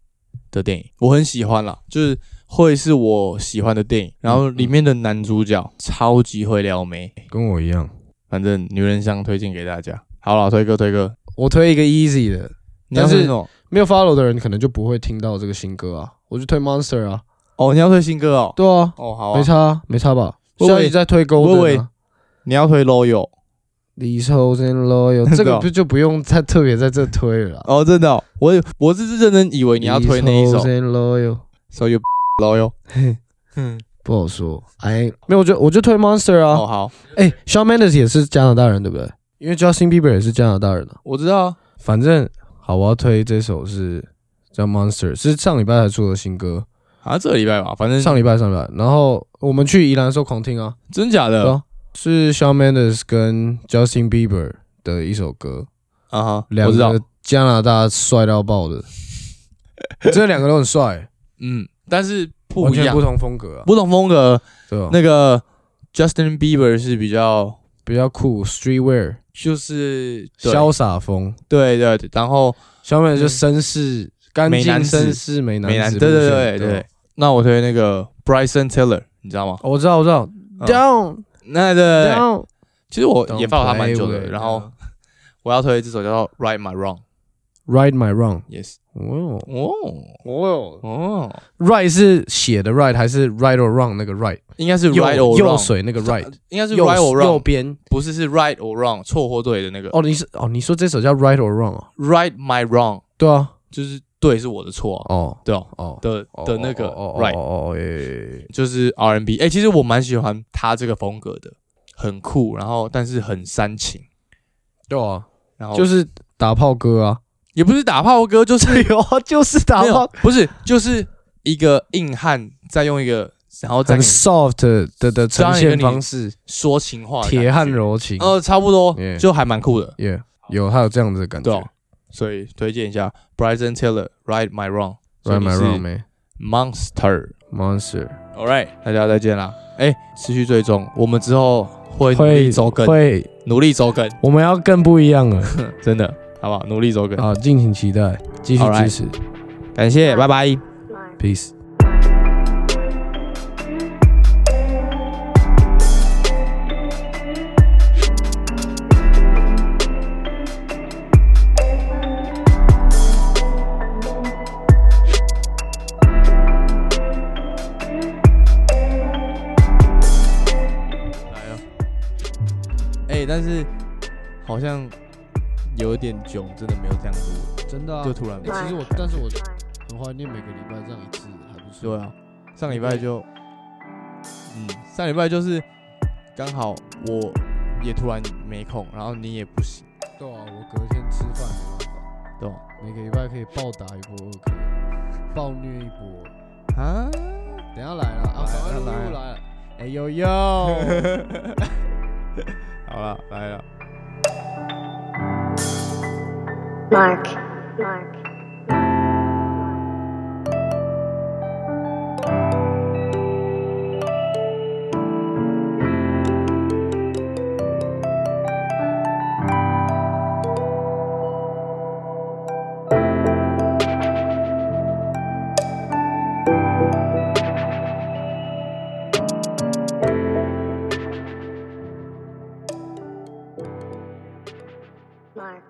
Speaker 1: 的电影，我很喜欢啦，就是会是我喜欢的电影。然后里面的男主角超级会撩妹，
Speaker 2: 跟我一样，
Speaker 1: 反正《女人香》推荐给大家。好了，推哥推哥，
Speaker 2: 我推一个 easy 的，
Speaker 1: 你要
Speaker 2: 但是
Speaker 1: 推什么？
Speaker 2: 没有 follow 的人可能就不会听到这个新歌啊。我就推 Monster 啊，
Speaker 1: 哦，你要推新歌哦。
Speaker 2: 对啊，
Speaker 1: 哦，好
Speaker 2: 没
Speaker 1: 啊，
Speaker 2: 差啊没差吧？
Speaker 1: 我以
Speaker 2: 下
Speaker 1: 为
Speaker 2: 一集在推
Speaker 1: 我以
Speaker 2: Golden
Speaker 1: 为
Speaker 2: 啊
Speaker 1: 你要推 Loyal
Speaker 2: ，These hoes and loyal，这
Speaker 1: 真的
Speaker 2: 个
Speaker 1: 哦
Speaker 2: 不就不用再特别在这推了啦。
Speaker 1: 哦，真的、哦，我我是认真以为你要推那一首
Speaker 2: These hoes and loyal
Speaker 1: ，So You Loyal，嗯，
Speaker 2: 不好说，哎，没有，我就我就推 Monster 啊。
Speaker 1: 哦好，
Speaker 2: 哎、s h a w n Mendes 也是加拿大人，对不对？因为 Justin Bieber 也是加拿大人啊。
Speaker 1: 我知道啊，
Speaker 2: 反正好，我要推这首是叫 Monster，是上礼拜才出的新歌，
Speaker 1: 好像这个礼拜吧，反正
Speaker 2: 上礼拜上礼拜。然后我们去宜兰的时候狂听啊，
Speaker 1: 真假
Speaker 2: 对
Speaker 1: 的
Speaker 2: 啊，是 Shawn Mendes 跟 Justin Bieber 的一首歌，
Speaker 1: 啊哈，
Speaker 2: 两
Speaker 1: 我知道
Speaker 2: 个，加拿大帅到爆 的，这两个都很帅，
Speaker 1: 嗯，但是不
Speaker 2: 完
Speaker 1: 一
Speaker 2: 全
Speaker 1: 样
Speaker 2: 不，同哦风格啊，
Speaker 1: 不同风格。
Speaker 2: 对啊吧？那
Speaker 1: 那个 Justin Bieber 是比较
Speaker 2: 比较酷，streetwear
Speaker 1: 就是对
Speaker 2: 潇洒风，
Speaker 1: 对对对，然后
Speaker 2: Shawn Mendes 就
Speaker 1: 嗯
Speaker 2: 绅士，干
Speaker 1: 美男
Speaker 2: 净
Speaker 1: 子
Speaker 2: 绅士美男
Speaker 1: 美男
Speaker 2: 子
Speaker 1: 对
Speaker 2: 路线，
Speaker 1: 对对
Speaker 2: 吧
Speaker 1: 对，，那我推那个 Bryson Taylor，你知道吗？
Speaker 2: 哦我知道我知道
Speaker 1: 嗯
Speaker 2: ，down
Speaker 1: 那对对对，
Speaker 2: down，
Speaker 1: 其实我也
Speaker 2: Don't
Speaker 1: 放了他蛮
Speaker 2: play
Speaker 1: 久的，
Speaker 2: with 啊
Speaker 1: 然后我要推这首叫做 Right My Wrong，Yes，
Speaker 2: Right My Wrong，哦
Speaker 1: 哦
Speaker 2: 哦
Speaker 1: 哦。
Speaker 2: ，Right 是写的 Right 还是 Right or Wrong 那个 Right？
Speaker 1: 应该是
Speaker 2: 右
Speaker 1: right or
Speaker 2: 右
Speaker 1: wrong，
Speaker 2: 水那个 Right，
Speaker 1: 应该是
Speaker 2: 右
Speaker 1: right or
Speaker 2: 右
Speaker 1: wrong，
Speaker 2: 边。
Speaker 1: 不是是 right or wrong，错或对的那个。
Speaker 2: 哦，你是哦，你说这首叫 Right or Wrong 啊？
Speaker 1: right my wrong
Speaker 2: 对啊，
Speaker 1: 就是对是我的错啊，
Speaker 2: 哦
Speaker 1: 对哦
Speaker 2: 哦
Speaker 1: 的
Speaker 2: 哦
Speaker 1: 的那个
Speaker 2: 哦哦
Speaker 1: right
Speaker 2: 哦哦，诶，
Speaker 1: 就是 R&B。哎，其实我蛮喜欢他这个风格的，很酷，然后但是很煽情，
Speaker 2: 对啊，
Speaker 1: 然后
Speaker 2: 就是打炮歌啊，
Speaker 1: 也不是打炮歌，就是
Speaker 2: 有啊，就是 打
Speaker 1: 没有，不是就是一个硬汉在用一个然后再
Speaker 2: 很
Speaker 1: 给你
Speaker 2: soft 的的呈
Speaker 1: 当然也
Speaker 2: 现
Speaker 1: 跟你
Speaker 2: 方式，
Speaker 1: 说情话的感觉，
Speaker 2: 铁汉柔情，
Speaker 1: 呃差不多
Speaker 2: Yeah
Speaker 1: 就还蛮酷的，
Speaker 2: 耶，有他有这样子的感
Speaker 1: 对
Speaker 2: 觉
Speaker 1: 哦。所以推荐一下 Bryson Taylor right my wrong。
Speaker 2: Right My Wrong
Speaker 1: 所以你是
Speaker 2: Man
Speaker 1: Monster。
Speaker 2: Monster
Speaker 1: All right，大家再见啦！哎、持续追踪，我们之后会努力
Speaker 2: 会
Speaker 1: 周更，
Speaker 2: 会，
Speaker 1: 努力周更，
Speaker 2: 我们要更不一样了
Speaker 1: 真的，好不好？努力周更，
Speaker 2: 啊！敬请期待，继续
Speaker 1: Alright
Speaker 2: 支持
Speaker 1: 感谢，拜拜。
Speaker 2: ，peace。啊
Speaker 1: 哎、但是好像有点囧，真的没有这样子，
Speaker 2: 真的啊，
Speaker 1: 就突然没
Speaker 2: 欸其实我，但是我很怀念每个礼拜这样一次，还不错。
Speaker 1: 对啊，上礼拜就，嗯，上礼拜就是刚好我也突然没空，然后你也不行，
Speaker 2: 对啊，我隔天吃饭没办法，
Speaker 1: 对吧？
Speaker 2: 每个礼拜可以暴打一波二 K，暴虐一波。
Speaker 1: 啊，
Speaker 2: 等一下来了啊，
Speaker 1: 来
Speaker 2: 赶快录
Speaker 1: 来了
Speaker 2: 录来了。哎呦呦！
Speaker 1: 哦 好了，来了。
Speaker 3: Mark. Mark. Mark.